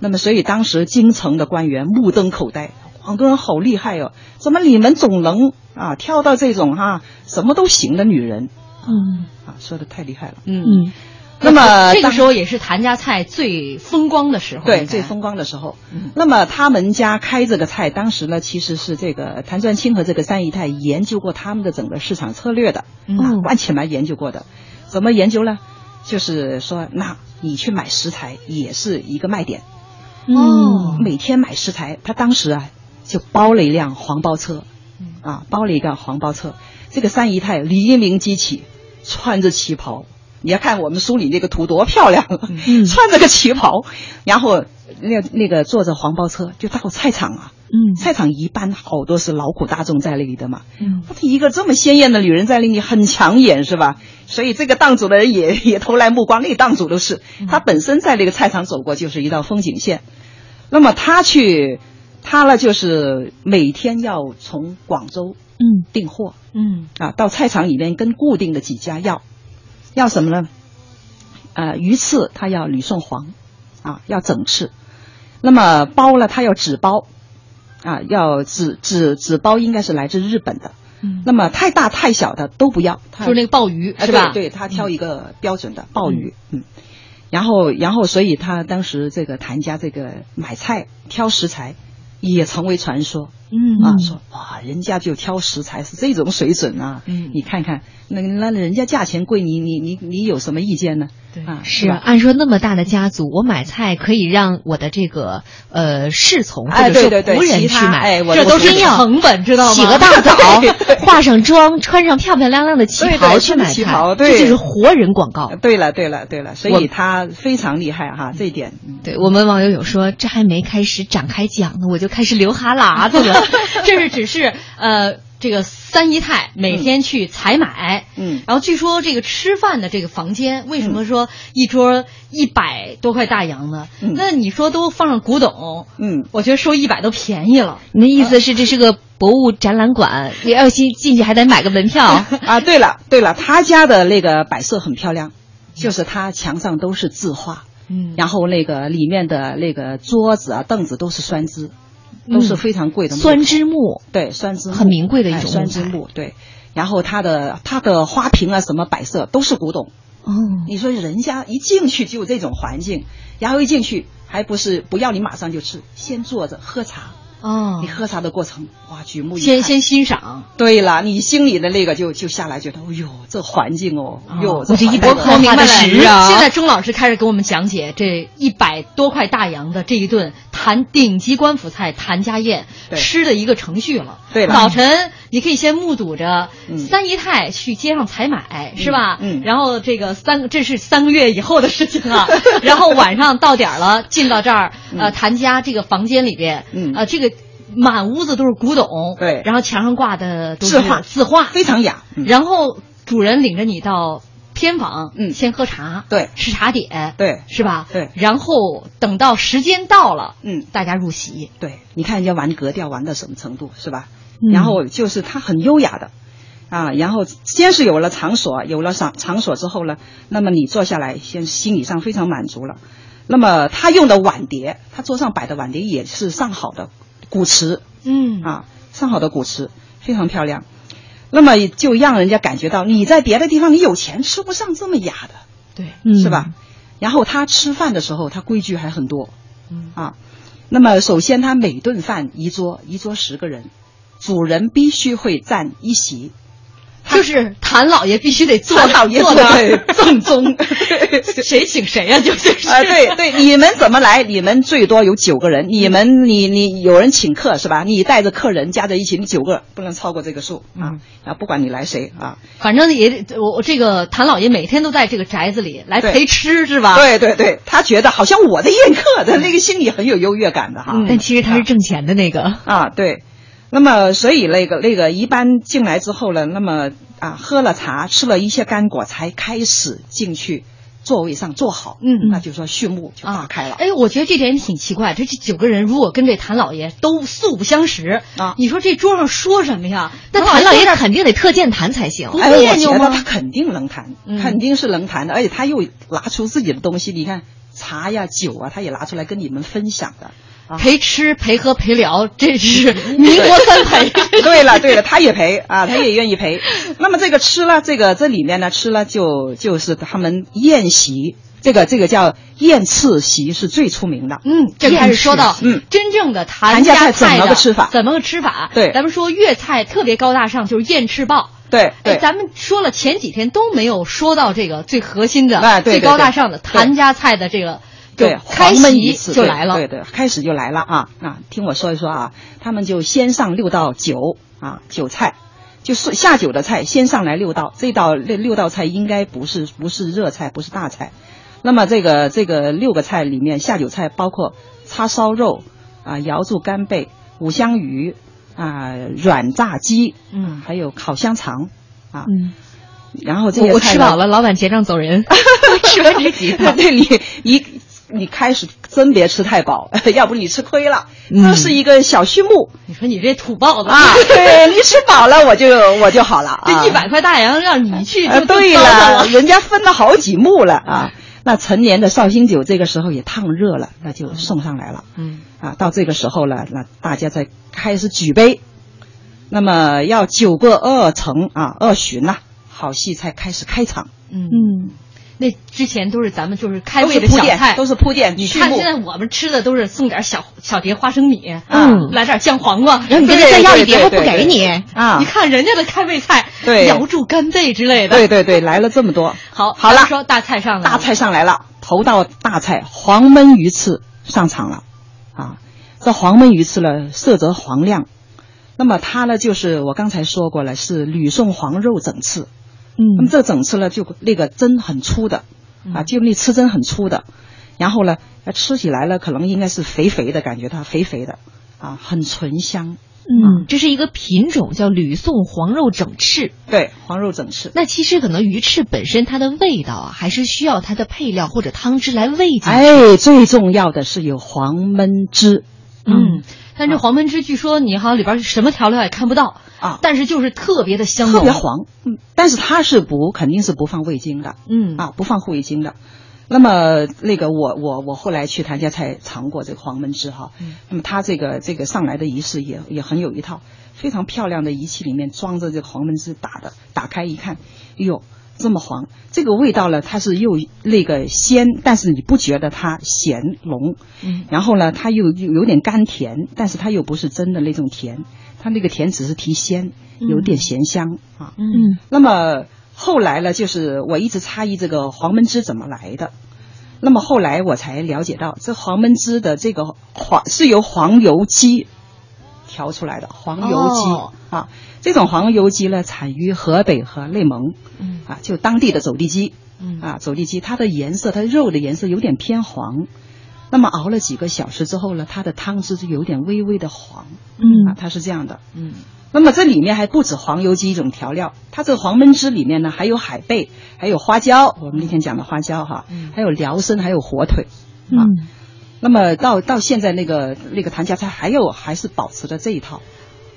S4: 那么所以当时京城的官员目瞪口呆，广东人好厉害哦，怎么你们总能啊挑到这种哈、什么都行的女人
S5: 嗯
S4: 啊，说的太厉害了。
S3: 嗯，
S5: 嗯，
S4: 那么
S3: 这个
S4: 当
S3: 时候也是谭家菜最风光的时候，应
S4: 对
S3: 该嗯
S4: 最风光的时候，那么他们家开这个菜，当时呢其实是这个谭传清和这个三姨太研究过他们的整个市场策略的，
S3: 嗯
S4: 啊，万起来研究过的。怎么研究呢？就是说，那你去买食材也是一个卖点，
S5: 哦，
S4: 啊每天买食材，他当时啊就包了一辆黄包车，啊，包了一个黄包车。这个三姨太黎明激起，穿着旗袍，你要看我们书里那个图多漂亮，啊
S5: 嗯
S4: 穿着个旗袍，然后那那个坐着黄包车就到菜场啊，
S5: 嗯
S4: 菜场一般好多是劳苦大众在那里的嘛，
S5: 嗯，
S4: 一个这么鲜艳的女人在那里很抢眼是吧？所以这个档主的人也也投来目光，那个档主都是
S5: 嗯
S4: 他本身在那个菜场走过就是一道风景线，那么他去，他呢就是每天要从广州
S5: 嗯
S4: 订货
S5: 嗯
S4: 啊，到菜场里面跟固定的几家要，要什么呢？呃，鱼翅他要吕宋黄，啊，要整翅。那么包呢，他要纸包，啊，要纸纸纸包应该是来自日本的。
S5: 嗯
S4: 那么太大太小的都不要，他
S3: 就是那个鲍鱼
S4: 哎
S3: 是吧？
S4: 对，对他挑一个标准的鲍鱼，嗯。然后，然后，所以他当时这个谭家这个买菜挑食材，也成为传说、
S5: 嗯
S4: 啊。说哇，人家就挑食材是这种水准啊！
S5: 嗯
S4: 你看看，那那人家价钱贵，你你你你有什么意见呢？
S3: 对
S4: 啊，
S5: 是
S4: 吧
S5: 啊，按说那么大的家族，我买菜可以让我的这个呃侍从或
S4: 哎
S5: 者是
S4: 对对对
S5: 仆人
S4: 其
S5: 去
S4: 他
S5: 买，
S4: 哎我
S5: 这都是
S3: 真
S5: 要
S3: 成本知道吗
S5: 洗个大澡
S4: 对对，
S5: 化上妆，穿上漂漂亮亮的旗
S4: 对对
S5: 袍
S4: 穿
S5: 去
S4: 着
S5: 买菜，
S4: 旗袍
S5: 这
S4: 对
S5: 就是活人广告。
S4: 对了，对了，对了，所
S5: 我
S4: 以他非常厉害哈，这一点。嗯
S5: 对我们网友有说，这还没开始展开讲呢，我就开始流哈喇子 了。
S3: 这是只是呃，这个三姨太每天去采买，
S4: 嗯
S3: 然后据说这个吃饭的这个房间，为什么说一桌一百多块大洋呢？
S4: 嗯
S3: 那你说都放上古董，
S4: 嗯，
S3: 我觉得收一百都便宜了。
S5: 你的意思是这是个博物展览馆，你要进进去还得买个门 票？
S4: 啊，对了对了，他家的那个摆设很漂亮，就是他墙上都是字画，
S5: 嗯
S4: 然后那个里面的那个桌子啊、凳子都是酸枝，都是非常贵的木头、
S5: 嗯酸枝木，
S4: 对，酸枝木
S5: 很名贵的一种
S4: 哎酸
S5: 木
S4: 枝
S5: 材
S4: 木，对。然后它的它的花瓶啊，什么摆设都是古董。
S5: 哦，
S4: 你说人家一进去就有这种环境，然后一进去还不是不要你马上就吃，先坐着喝茶。
S3: 哦
S4: 你喝茶的过程，哇，举目一
S3: 先
S4: 看
S3: 先欣赏，
S4: 对了，你心里的那个就就下来，觉得，哎呦，这环境哦，哟，
S5: 我这一百
S4: 波
S5: 多花的
S3: 了
S5: 食啊
S3: 现在钟老师开始给我们讲解这一百多块大洋的这一顿谈顶级官府菜谭家宴
S4: 对
S3: 吃的一个程序了。
S4: 对了
S3: 早晨你可以先目睹着
S4: 嗯
S3: 三姨太去街上采买，是吧？
S4: 嗯
S3: 然后这个三这是三个月以后的事情 了。然后晚上到点儿了，进到这儿呃
S4: 嗯
S3: 谭家这个房间里边，
S4: 嗯
S3: 呃这个满屋子都是古董，
S4: 对
S3: 然后墙上挂的都是
S4: 字画
S3: 字画，
S4: 非常雅。嗯
S3: 然后主人领着你到偏房，
S4: 嗯
S3: 先喝茶，
S4: 对
S3: 吃茶点，
S4: 对
S3: 是吧？
S4: 对
S3: 然后等到时间到了，
S4: 嗯
S3: 大家入席，
S4: 对，你看人家玩格调玩到什么程度，是吧？
S3: 嗯
S4: 然后就是他很优雅的，啊，然后先是有了场所，有了场场所之后呢，那么你坐下来，先心理上非常满足了。那么他用的碗碟，他桌上摆的碗碟也是上好的古瓷
S3: 嗯
S4: 啊，上好的古瓷，非常漂亮。那么就让人家感觉到你在别的地方你有钱吃不上这么雅的，
S3: 对，
S4: 是吧？然后他吃饭的时候，他规矩还很多，
S3: 嗯
S4: 啊。那么首先，他每顿饭一桌，一桌十个人，主人必须会占一席，
S3: 就是谭老爷必须得坐
S4: 谭老爷
S3: 坐
S4: 坐
S3: 到
S4: 在
S3: 正 中，谁请谁呀、就就是
S4: 啊， 对对，你们怎么来？你们最多有九个人，你们你你有人请客是吧？你带着客人加在一起，你九个不能超过这个数啊
S3: 嗯
S4: 啊！不管你来谁啊，
S3: 反正也得我我这个谭老爷每天都在这个宅子里来
S4: 对
S3: 陪吃是吧？
S4: 对对对，他觉得好像我在宴客的那个心里很有优越感的
S3: 啊
S4: 哈。
S5: 但其实他是挣钱的那个。
S4: 啊，对。那么，所以那个那个一般进来之后呢，那么啊，喝了茶，吃了一些干果，才开始进去座位上坐好。
S3: 嗯
S4: 那就说序幕就打开了。
S3: 哎，我觉得这点也挺奇怪，这这九个人如果跟这谭老爷都素不相识
S4: 啊
S3: 你说这桌上说什么呀？
S5: 那谭
S3: 谭
S5: 老爷肯定得特健谈才行。
S3: 不
S4: 哎，
S3: 别
S4: 我
S3: 扭
S4: 觉得
S3: 吗
S4: 他肯定能谈，
S3: 嗯
S4: 肯定是能谈的，而且他又拿出自己的东西，你看茶呀、酒啊，他也拿出来跟你们分享 的。
S3: 啊陪吃陪喝陪聊，这是 民国三陪。
S4: 对了对了，他也陪啊，他也愿意陪。那么这个吃了，这个这里面呢，吃了就就是他们宴席，这个这个叫宴次席是最出名的。
S3: 嗯，这开始说到
S4: 嗯
S3: 真正的谭
S4: 谭家
S3: 菜
S4: 菜怎么
S3: 的
S4: 个吃法
S3: 怎么个吃法？
S4: 对
S3: 咱们说粤菜特别高大上，就是燕翅鲍。
S4: 对
S3: 哎，
S4: 对，
S3: 咱们说了前几天都没有说到这个最核心的、
S4: 哎对
S3: 最
S4: 对
S3: 高
S4: 对
S3: 大上的
S4: 对
S3: 谭家菜的这个，就
S4: 对，
S3: 开
S4: 黄焖鱼
S3: 席
S4: 翅
S3: 就
S4: 对
S3: 来了。
S4: 对对，开始就来了啊啊！听我说一说啊，他们就先上六道酒啊，酒菜，就是下酒的菜先上来六道，这道六六道菜应该不是不是热菜，不是大菜。那么这个这个六个菜里面，下酒菜包括叉烧肉啊、瑶柱干贝、五香鱼啊、软炸鸡，
S3: 嗯
S4: 还有烤香肠啊。
S5: 嗯，
S4: 然后这
S5: 我
S4: 些
S5: 我
S4: 菜
S5: 吃
S4: 呢
S5: 饱了，老板结账走人。
S4: 啊
S5: 吃完这几道，
S4: 对你，你你开始真别吃太饱，要不你吃亏了。
S5: 嗯
S4: 这是一个小序幕、
S3: 你说你这土包子
S4: 啊，对你吃饱了我就我就好了啊。
S3: 这一百块大洋让你去
S4: 啊，
S3: 就
S4: 对
S3: 就糟蹋了嗯
S4: 了，，人家分了好几幕了啊。那陈年的绍兴酒这个时候也烫热了，那就送上来了。
S3: 嗯，
S4: 啊，到这个时候了，那大家再开始举杯，那么要酒过二成啊，二巡呐、好戏才开始开场。
S3: 嗯，
S5: 嗯，
S3: 那之前都是咱们就是开
S4: 都
S3: 胃
S4: 是
S3: 的
S4: 铺
S3: 小
S4: 垫，
S3: 菜，
S4: 都是铺垫。
S3: 你
S4: 序
S3: 看
S4: 幕
S3: 现在我们吃的都是送点小小碟花生米，啊
S5: 嗯
S3: 来点酱黄瓜，
S5: 然后你跟
S4: 对
S5: 他再要
S4: 对
S5: 一碟，
S4: 对
S5: 他不
S4: 对
S5: 给
S4: 对
S5: 你。
S4: 啊，
S3: 你看人家的开胃菜，
S4: 对
S3: 瑶柱干贝之类的。哦
S4: 对，对对，来了这么多，
S3: 好，
S4: 好了
S3: 咱们说大菜上来了啊
S4: 大菜上来了，头道大菜黄焖鱼翅上场了，啊，这黄焖鱼翅呢，色泽黄亮，那么它呢，就是我刚才说过了，是吕宋黄肉整翅，那么
S5: 嗯，
S4: 这整翅呢，就那个针很粗的，
S3: 嗯
S4: 啊，就那刺针很粗的，然后呢，吃起来呢，可能应该是肥肥的感觉，它肥肥的，啊，很醇香，
S5: 嗯，这是一个品种叫吕宋黄肉整翅。
S4: 对，黄肉整翅。
S5: 那其实可能鱼翅本身它的味道啊，还是需要它的配料或者汤汁来喂进去。
S4: 哎，最重要的是有黄焖汁
S3: 嗯，但这黄焖汁据说你好像里边什么调料也看不到，
S4: 啊，
S3: 但是就是特别的香浓，
S4: 特别黄，嗯，但是它是不肯定是不放味精的
S3: 嗯
S4: 啊，不放味精的。那么那个我我我后来去谭家菜尝过这个黄焖汁哈，
S3: 嗯
S4: 那么它这个这个上来的仪式也也很有一套，非常漂亮的仪器里面装着这个黄焖汁打的，打开一看，哎呦这么黄，这个味道呢它是又那个鲜，但是你不觉得它咸浓，
S3: 嗯
S4: 然后呢它又又有点甘甜，但是它又不是真的那种甜，它那个甜只是提鲜，
S3: 嗯
S4: 有点咸香啊，
S5: 嗯
S4: 那么后来呢，就是我一直诧异这个黄焖汁怎么来的。那么后来我才了解到，这黄焖汁的这个黄是由黄油鸡调出来的黄油鸡、
S10: 哦
S4: 啊，这种黄油鸡呢产于河北和内蒙，
S10: 嗯
S4: 啊，就当地的走地鸡，
S10: 嗯
S4: 啊，走地鸡它的颜色，它肉的颜色有点偏黄。那么熬了几个小时之后呢，它的汤汁就有点微微的黄，啊，
S10: 嗯
S4: 它是这样的。
S10: 嗯
S4: 那么这里面还不止黄油鸡一种调料，它这黄焖汁里面呢还有海贝，还有花椒，我们那天讲的花椒哈，
S10: 嗯
S4: 还有辽参，还有火腿。啊
S10: 嗯，
S4: 那么到到现在那个那个谭家菜还有还是保持着这一套，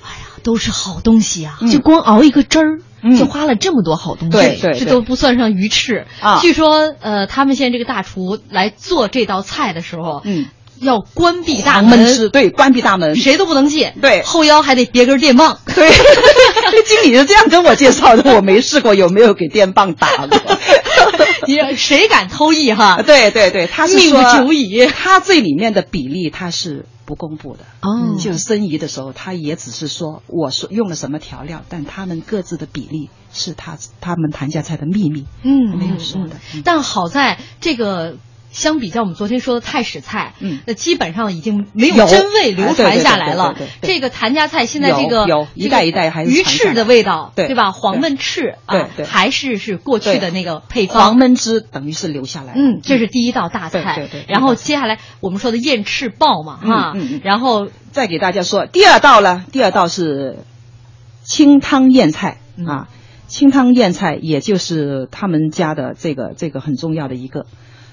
S3: 哎都是好东西啊。
S4: 嗯
S10: 就光熬一个汁儿，
S4: 嗯
S10: 就花了这么多好东西。
S4: 对对
S3: 这都不算上鱼翅
S4: 啊
S3: 据说，呃，他们现在这个大厨来做这道菜的时候，
S4: 嗯，
S3: 要关闭大
S4: 黄焖
S3: 门，嗯
S4: 汁对，关闭大门，
S3: 谁都不能进，
S4: 对
S3: 后腰还得别根电棒。
S4: 对， 这经理是这样跟我介绍的，我没试过有没有给电棒打过。
S3: 你让谁敢偷艺 哈？
S4: 啊对对对，他是
S3: 命
S4: 说
S3: 不久矣
S4: 他这里面的比例他是不公布的。
S10: 哦，
S4: 就是申遗的时候，他也只是说我说用了什么调料，但他们各自的比例是他他们谭家菜的秘密，
S3: 嗯
S4: 没有说的。嗯
S3: 但好在这个。相比较我们昨天说的泰式菜，
S4: 嗯
S3: 那基本上已经没有
S4: 有
S3: 真味流传下来了
S4: 哎对对对对。对对
S3: 这个谭家菜现在这个
S4: 有有一代一代还是
S3: 这个鱼
S4: 传下来
S3: 翅的味道，
S4: 对
S3: 吧？
S4: 对
S3: 黄焖翅啊
S4: 对，对
S3: 还是是过去的那个配
S4: 黄
S3: 方。
S4: 焖汁等于是留下来了。
S3: 嗯，这是第一道大菜。
S4: 对对对
S3: 然后接下来我们说的燕翅鲍嘛，
S4: 嗯
S3: 哈、
S4: 嗯嗯
S3: 然后
S4: 再给大家说第二道呢，第二道是清汤燕菜啊，清汤燕菜也就是他们家的这个这个很重要的一个。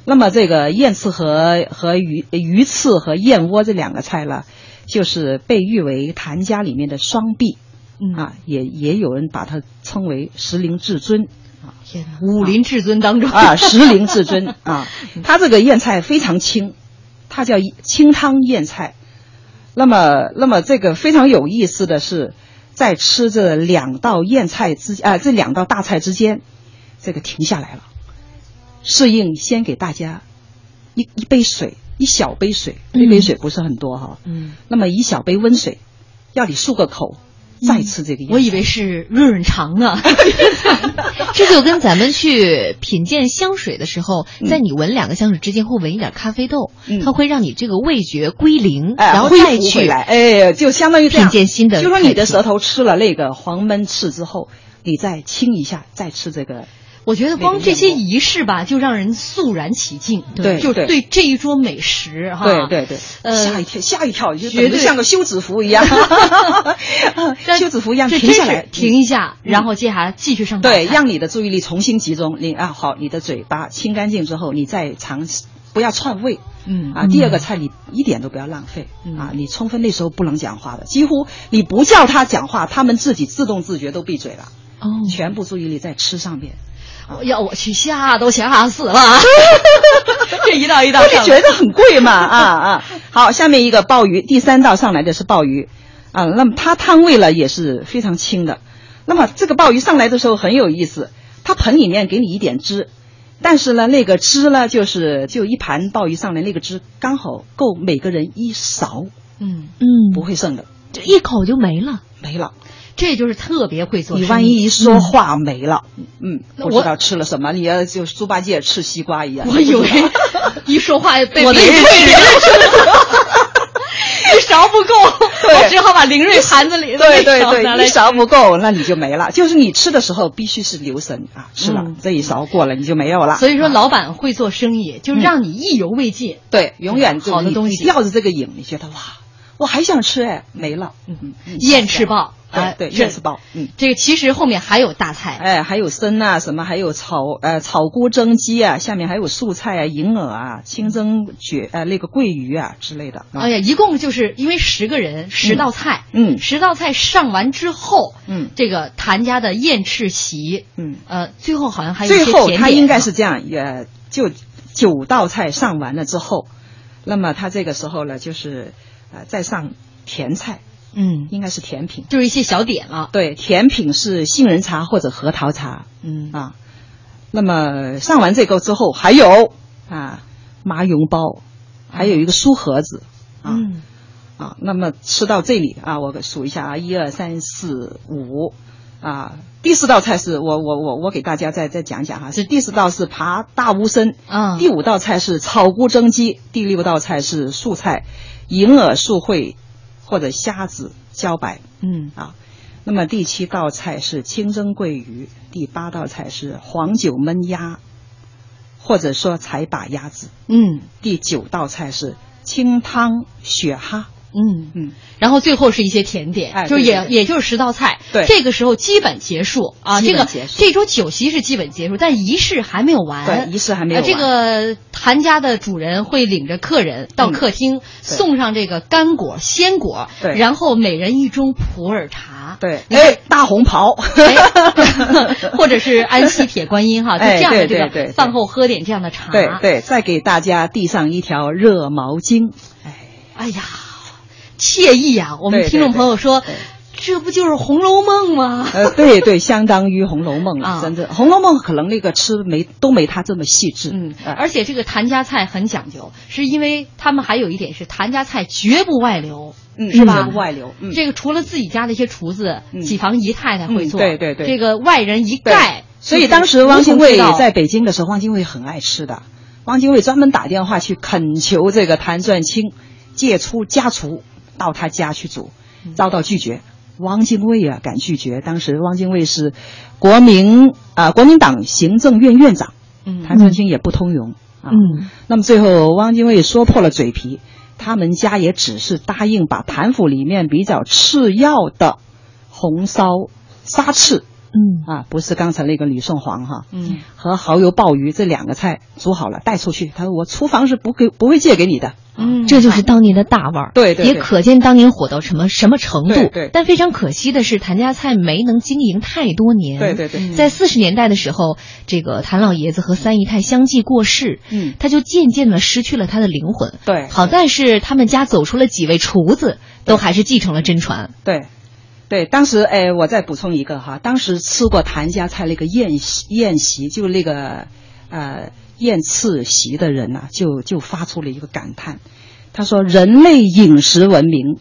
S4: 那么这个燕翅和和鱼鱼翅和燕窝这两个菜呢，就是被誉为谭家里面的双璧。
S3: 嗯
S4: 啊，也也有人把它称为时灵至尊
S3: 天哪武林至尊当中
S4: 啊，时灵至尊啊。它这个燕菜非常清，它叫清汤燕菜。那么，那么这个非常有意思的是，在吃这两道燕菜之啊、这两道大菜之间，这个停下来了，适应先给大家一一杯水，一小杯水，
S3: 嗯
S4: 一杯水不是很多哈、
S10: 嗯，
S4: 那么一小杯温水，要你漱个口，再吃这个燕菜。
S3: 我以为是润润肠呢。
S10: 这就跟咱们去品鉴香水的时候，
S4: 嗯
S10: 在你闻两个香水之间会闻一点咖啡豆，
S4: 嗯
S10: 它会让你这个味觉归零，
S4: 哎，
S10: 然后
S4: 恢
S10: 再
S4: 复
S10: 去
S4: 回来，哎，就相当于这样
S10: 品鉴新的
S4: 就说你
S10: 产品
S4: 的舌头吃了那个黄焖翅之后，你再清一下，再吃这个。
S3: 我觉得光这些仪式吧，就让人肃然起敬。
S4: 对
S3: 就是
S4: 对
S3: 对这一桌美食哈。
S4: 对对对，
S3: 啊呃
S4: 吓一跳，吓一跳，就
S3: 绝
S4: 等
S3: 对
S4: 于像个休止符一样，
S3: 但
S4: 休止符一样
S3: 这
S4: 停下
S3: 真是
S4: 来，
S3: 停一下，
S4: 嗯
S3: 然后接下来继续上
S4: 对，
S3: 大菜
S4: 让你的注意力重新集中。你啊，好，你的嘴巴清干净之后，你再尝试，不要串味。
S10: 嗯
S4: 啊，第二个菜你一点都不要浪费、
S10: 嗯
S4: 啊！你充分那时候不能讲话的，几乎你不叫他讲话，他们自己自动自觉都闭嘴了，
S10: 哦
S4: 全部注意力在吃上面。
S3: 我要我去吓都吓死了啊，这一道一道
S4: 我就
S3: 上来，
S4: 觉得很贵 嘛，啊啊！好，下面一个鲍鱼，第三道上来的是鲍鱼，啊，那么它汤味了也是非常轻的。那么这个鲍鱼上来的时候很有意思，它盆里面给你一点汁，但是呢，那个汁呢，就是就一盘鲍鱼上来，那个汁刚好够每个人一勺，
S3: 嗯，
S10: 嗯，
S4: 不会剩的，
S10: 就一口就没了。
S4: 没了。
S3: 这就是特别会做生意。
S4: 你万一一说话没了，嗯，
S3: 那
S4: 不
S3: 我
S4: 知道吃了什么，你要就猪八戒吃西瓜一样。
S3: 我以为一说话被
S4: 我的
S3: 凌瑞
S4: 认
S3: 凌瑞吃了，一勺不够，我只好把凌瑞盘子里的那
S4: 对对
S3: 勺拿
S4: 对，
S3: 来
S4: 一勺不够，那你就没了。就是你吃的时候必须是留神啊，吃了、这一勺过了你就没有了。
S3: 嗯
S4: 啊
S3: 所以说，老板会做生意，就让你意犹未尽。
S4: 对，永远就
S3: 好的
S4: 你
S3: 东
S4: 你
S3: 西
S4: 吊着这个瘾，你觉得哇，我还想吃哎，没了。嗯，嗯
S3: 燕翅鲍，
S4: 对
S3: 啊
S4: 对，
S3: 这
S4: 燕翅鲍，嗯。
S3: 这个其实后面还有大菜，
S4: 哎，还有参啊，什么还有炒呃炒菇蒸鸡啊，下面还有素菜啊、银耳啊、清蒸蕨呃那个桂鱼啊之类的。啊
S3: 哎呀，一共就是因为十个人十道菜，
S4: 嗯
S3: 十道菜上完之后，
S4: 嗯
S3: 这个谭家的燕翅席，
S4: 嗯
S3: 呃，最后好像还有一些
S4: 最后
S3: 甜
S4: 他
S3: 点
S4: 应该
S3: 啊
S4: 是这样，也就九道菜上完了之后，那么他这个时候呢，就是呃再上甜菜，
S3: 嗯，
S4: 应该是甜品。
S3: 就是一些小点了，
S4: 对，甜品是杏仁茶或者核桃茶
S3: 嗯，
S4: 啊。那么上完这个之后，还有啊麻蓉包，还有一个酥盒子啊、
S3: 嗯
S4: 啊。那么吃到这里啊，我数一下啊，一二三四五啊。第四道菜是我我我我给大家再再讲讲哈，是第四道是扒大乌参，
S3: 嗯
S4: 第五道菜是草菇蒸鸡，第六道菜是素菜，银耳素烩或者虾子茭白
S3: 嗯，
S4: 啊。那么第七道菜是清蒸桂鱼，第八道菜是黄酒焖鸭，或者说柴把鸭子，
S3: 嗯
S4: 第九道菜是清汤雪蛤，
S3: 嗯，
S4: 嗯，
S3: 然后最后是一些甜点，
S4: 哎
S3: 就是
S4: 对
S3: 也
S4: 对对
S3: 也就是十道菜，
S4: 对
S3: 这个时候基本结束啊，
S4: 基
S3: 这
S4: 本
S3: 个
S4: 结束
S3: 这桌酒席是基本结束，但仪式还没有完，
S4: 对，仪式还没有
S3: 呃，
S4: 完。
S3: 这个谭家的主人会领着客人到
S4: 嗯
S3: 客厅，送上这个干果、鲜果，
S4: 对
S3: 然后每人一盅普洱茶，
S4: 对，哎，大红袍，
S3: 哎，或者是安息铁观音哈，就
S4: 哎
S3: 这样的
S4: 对
S3: 这
S4: 对
S3: 个
S4: 对
S3: 饭后喝点这样的茶，
S4: 对对，再给大家递上一条热毛巾。
S3: 哎呀，惬意呀、我们
S4: 对对
S3: 听众朋友说
S4: 对对，
S3: 这不就是《红楼梦》吗？
S4: 呃，对对，相当于《红楼梦》
S3: 啊
S4: 了，真的，《红楼梦》可能那个吃没都没它这么细致。
S3: 嗯，
S4: 哎
S3: 而且这个谭家菜很讲究，是因为他们还有一点是谭家菜绝不外流，
S4: 嗯
S3: 是吧？
S4: 绝不外流嗯
S3: 这个除了自己家的一些厨子、
S4: 嗯
S3: 几房姨太太会做，
S4: 嗯对对对
S3: 这个外人一概
S4: 对，。所以
S3: 就是
S4: 当时汪精
S3: 无
S4: 卫
S3: 从知道
S4: 在北京的时候，汪精卫很爱吃的。汪精卫专门打电话去恳求这个谭传清借出家厨到他家去煮，遭到拒绝。汪精卫啊，敢拒绝？当时汪精卫是国民啊、国民党行政院院长，
S3: 嗯
S4: 谭传清也不通融啊。
S3: 嗯
S4: 那么最后，汪精卫说破了嘴皮，他们家也只是答应把谭府里面比较次要的红烧沙翅
S3: 嗯
S4: 啊，不是刚才那个吕宋黄哈，
S3: 嗯，
S4: 和蚝油鲍鱼这两个菜煮好了带出去。他说我厨房是不给不会借给你的，
S3: 嗯，
S5: 这就是当年的大腕儿，
S4: 对对对
S5: 也可见当年火到什么什么程度。
S4: 对对
S5: 但非常可惜的是，谭家菜没能经营太多年。
S4: 对嗯对对
S5: 在四十年代的时候，这个谭老爷子和三姨太相继过世，
S4: 嗯
S5: 他就渐渐的失去了他的灵魂。
S4: 对
S5: 好在是他们家走出了几位厨子，都还是继承了真传。
S4: 对。对，当时哎，我再补充一个哈，当时吃过谭家菜那个宴席，宴席就那个呃宴次席的人呐、就就发出了一个感叹，他说：“人类饮食文明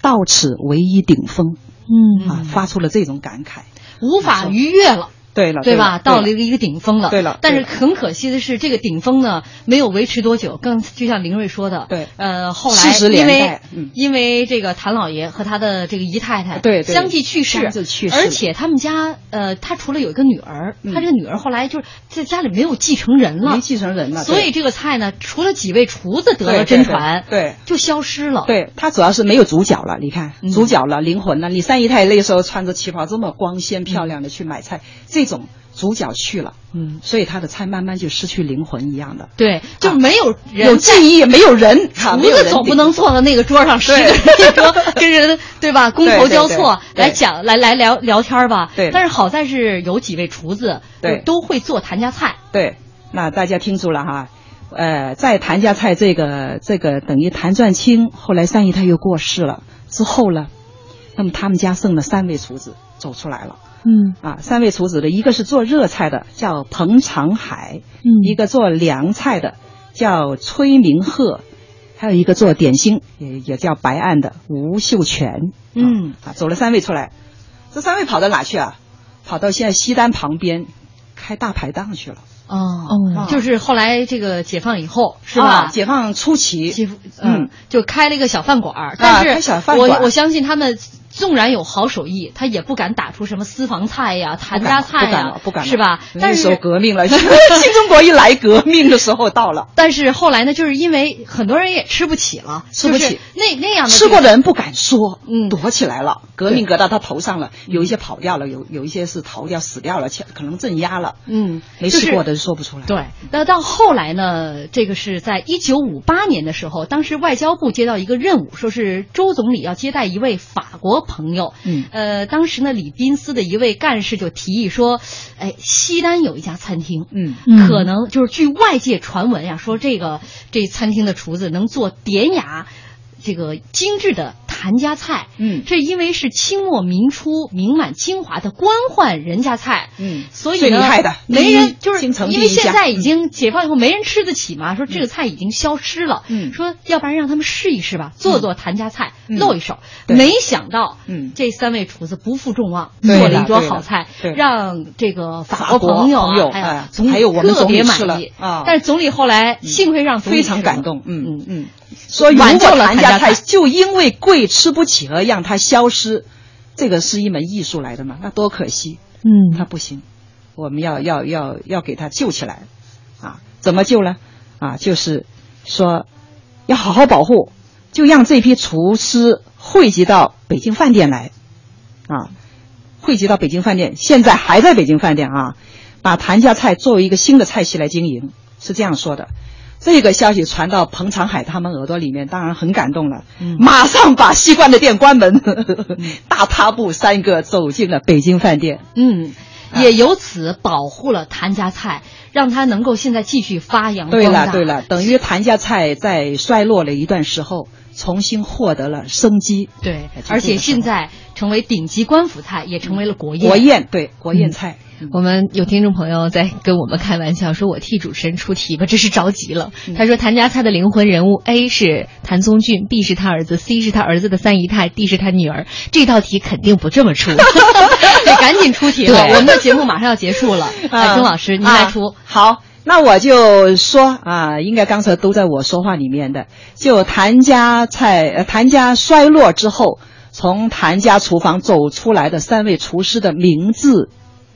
S4: 到此为一顶峰。”嗯啊，发出了这种感慨。
S3: 无法逾越了。
S4: 对了，
S3: 对吧？到了
S4: 对
S3: 一个一个顶峰了。
S4: 对了
S3: 但是
S4: 对了
S3: 很可惜的是，这个顶峰呢没有维持多久。更就像林瑞说的，
S4: 对
S3: 呃，后来
S4: 40
S3: 因
S4: 年
S3: 为
S4: 代嗯
S3: 因为这个谭老爷和他的这个姨太太
S4: 对对
S3: 相继去世，
S4: 相继去世了
S3: 而且他们家呃，他除了有一个女儿，
S4: 嗯
S3: 他这个女儿后来就是在家里没有继承人了
S4: 没，继承人了，
S3: 所以这个菜呢，除了几位厨子得了
S4: 对对
S3: 真传，
S4: 对对
S3: 就消失了。
S4: 对他主要是没有主角了，你看、
S3: 嗯
S4: 主角了，灵魂了。你三姨太那时候穿着旗袍这么光鲜漂亮的去买菜，这种主角去了，
S3: 嗯，
S4: 所以他的菜慢慢就失去灵魂一样的，
S3: 对，就
S4: 啊
S3: 没有人
S4: 有记忆也没有人，啊
S3: 厨
S4: 没有
S3: 子
S4: 人
S3: 总不
S4: 顶
S3: 能坐到那个桌上十个 人一桌，跟人对吧？觥筹交错
S4: 对对对
S3: 来讲，来来聊聊天儿吧。
S4: 对
S3: 但是好在是有几位厨子，
S4: 对
S3: 都会做谭家菜。
S4: 对，那大家听住了哈。呃，在谭家菜这个这个等于谭传清后来三姨太又过世了之后呢，那么他们家剩了三位厨子走出来了。嗯啊，三位厨子的一个是做热菜的叫彭长海，嗯，一个做凉菜的叫崔明鹤，还有一个做点心也也叫白案的吴秀全。啊
S3: 嗯
S4: 啊，走了三位出来，这三位跑到哪去啊？跑到现在西单旁边开大排档去了。
S3: 哦就是后来这个解放以后，是
S4: 啊
S3: 吧？
S4: 解放初期，
S3: 几乎
S4: 嗯啊
S3: 嗯，就开了一个小饭馆儿，但是
S4: 开小饭
S3: 我
S4: 馆儿
S3: 我相信他们纵然有好手艺，他也不敢打出什么私房菜呀、
S4: 不
S3: 谭
S4: 敢
S3: 家
S4: 了
S3: 菜
S4: 不敢
S3: 呀
S4: 了，，不敢了，
S3: 是吧？但
S4: 那时候
S3: 是
S4: 革命了，新 中国一来，革命的时候到了，
S3: 但是后来呢，就是因为很多人也吃不起了，
S4: 吃不起
S3: 就是那那样的
S4: 吃过的人不敢说，
S3: 嗯
S4: 躲起来了，革命革到他头上了，有一些跑掉了，有有一些是逃掉、死掉了，且可能镇压了，
S3: 嗯
S4: 没
S3: 就是
S4: 吃过的人说不出来，
S3: 对，那到后来呢？这个是在一九五八年的时候，当时外交部接到一个任务，说是周总理要接待一位法国朋友。
S4: 嗯
S3: 呃，当时呢，礼宾司的一位干事就提议说，哎，西单有一家餐厅，
S4: 嗯，
S3: 可能就是据外界传闻呀，说这个这餐厅的厨子能做典雅。这个精致的谭家菜，
S4: 嗯
S3: 这因为是清末民初名满京华的官宦人家菜，
S4: 嗯
S3: 所以
S4: 最
S3: 呢
S4: 厉害的
S3: 没
S4: 第
S3: 人
S4: 一
S3: 就是
S4: 京城
S3: 因
S4: 第
S3: 为
S4: 一
S3: 现
S4: 家
S3: 在已经解放以后没人吃得起嘛，说这个菜已经消失了，
S4: 嗯
S3: 说要不然让他们试一试吧，做做谭家菜，
S4: 嗯
S3: 露一手。
S4: 对
S3: 没想到，
S4: 嗯
S3: 这三位厨子不负众望，
S4: 对
S3: 做了一
S4: 了
S3: 桌
S4: 对
S3: 好
S4: 了
S3: 菜
S4: 对，
S3: 让这个
S4: 法
S3: 法
S4: 国
S3: 国朋友
S4: 朋友
S3: 啊，
S4: 哎
S3: 总
S4: 还有我们
S3: 特
S4: 总理
S3: 别
S4: 吃
S3: 满
S4: 了
S3: 意
S4: 啊
S3: 但是总理后来幸亏让总理
S4: 非
S3: 吃
S4: 常
S3: 了
S4: 感动，嗯
S3: 嗯
S4: 嗯，说如
S3: 挽救
S4: 果
S3: 了
S4: 谭
S3: 谭
S4: 家
S3: 家
S4: 菜
S3: 菜
S4: 就因为贵吃不起而让它消失，这个是一门艺术来的嘛，那多可惜，
S8: 嗯
S4: 它不行，我们要要要要给它救起来，啊，怎么救呢？啊，就是说要好好保护，就让这批厨师汇集到北京饭店来，啊，汇集到北京饭店，现在还在北京饭店啊，把谭家菜作为一个新的菜系来经营，是这样说的。这个消息传到彭长海他们耳朵里面，当然很感动了，马上把西关的店关门， 大踏步三个走进了北京饭店。
S3: 嗯，
S4: 哎
S3: 也由此保护了谭家菜，让它能够现在继续发扬
S4: 对
S3: 光
S4: 了
S3: 大。
S4: 对了，等于谭家菜在衰落了一段时候，重新获得了生机。
S3: 对
S5: 哎
S4: 这个，
S3: 而且
S4: 是
S3: 现在成为顶级官府菜，也成为了国宴。
S4: 国宴
S3: 嗯
S4: 对国宴菜，嗯
S5: 我们有听众朋友在跟我们开玩笑说：“我替主持人出题吧，这是着急了。”
S3: 嗯
S5: 他说：“谭家菜的灵魂人物 A 是谭松俊，B 是他儿子，C 是他儿子的三姨太，D 是他女儿。这道题肯定不这么出。
S3: 得赶紧出题了，
S5: 对嗯
S3: 我们的节目马上要结束 了。海
S4: 啊
S3: 曾哎老师，您来出
S4: 啊。好，那我就说啊，应该刚才都在我说话里面的，就谭家菜，呃谭家衰落之后，从谭家厨房走出来的三位厨师的名字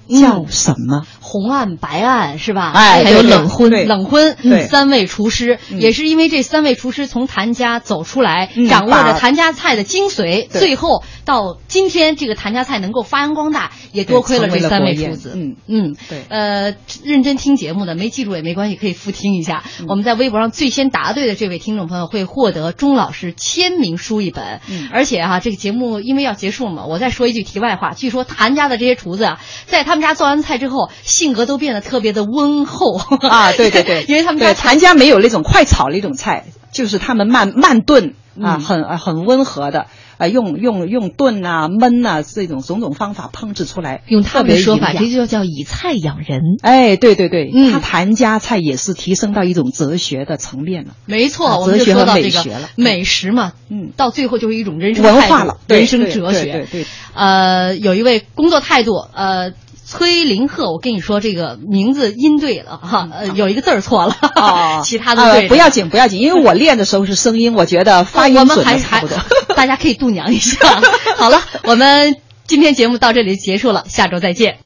S3: 嗯
S4: 叫什么？
S3: 红案、白案是吧？
S4: 哎
S3: 还有
S4: 对对
S3: 冷荤
S4: 对、
S3: 冷荤
S4: 对
S3: 三位厨师，
S4: 嗯
S3: 也是因为这三位厨师从谭家走出来
S4: 嗯，
S3: 掌握着
S4: 把
S3: 谭家菜的精髓，
S4: 对
S3: 最后到今天这个谭家菜能够发扬光大，也多亏了
S4: 成为
S3: 这
S4: 了
S3: 三位
S4: 国宴
S3: 厨子。
S4: 嗯
S3: 嗯，
S4: 对
S3: 呃，认真听节目的没记住也没关系，可以复听一下。
S4: 嗯
S3: 我们在微博上最先答对的这位听众朋友会获得钟老师签名书一本。
S4: 嗯
S3: 而且啊，这个节目因为要结束了嘛，我再说一句题外话，据说谭家的这些厨子啊，在他们家做完菜之后，性格都变得特别的温 厚
S4: 啊，对对对，
S3: 因为他们家
S4: 对谭家没有那种快炒那种菜，就是他们慢慢炖
S3: 嗯
S4: 啊，很呃很温和的。啊，用用用炖啊、焖啊这种种种方法烹制出来，
S5: 用他们的说法，
S4: 特
S5: 这
S4: 别营养
S5: 就叫以菜养人。
S4: 哎，对对对，
S3: 嗯
S4: 他谭家菜也是提升到一种哲学的层面了。
S3: 没错，
S4: 啊
S3: 我们就
S4: 哲学
S3: 说
S4: 和
S3: 到
S4: 美
S3: 这个
S4: 学了
S3: 美食嘛，
S4: 嗯
S3: 到最后就是一种人生
S4: 文
S3: 态
S4: 化
S3: 度
S4: 了对
S3: 人生
S4: 对
S3: 哲
S4: 对
S3: 学，
S4: 对 对
S3: 呃，有一位工作态度，呃。崔林鹤，我跟你说，这个名字音对了哈，呃，有一个字儿错了， 哦其他的
S4: 嗯呃
S3: 对着
S4: 不要紧不要紧，因为我练的时候是声音，我觉得发音
S3: 我
S4: 准
S3: 们
S4: 的
S3: 还
S4: 差
S3: 还
S4: 不多。
S3: 大家可以度娘一下。好了，我们今天节目到这里结束了，下周再见。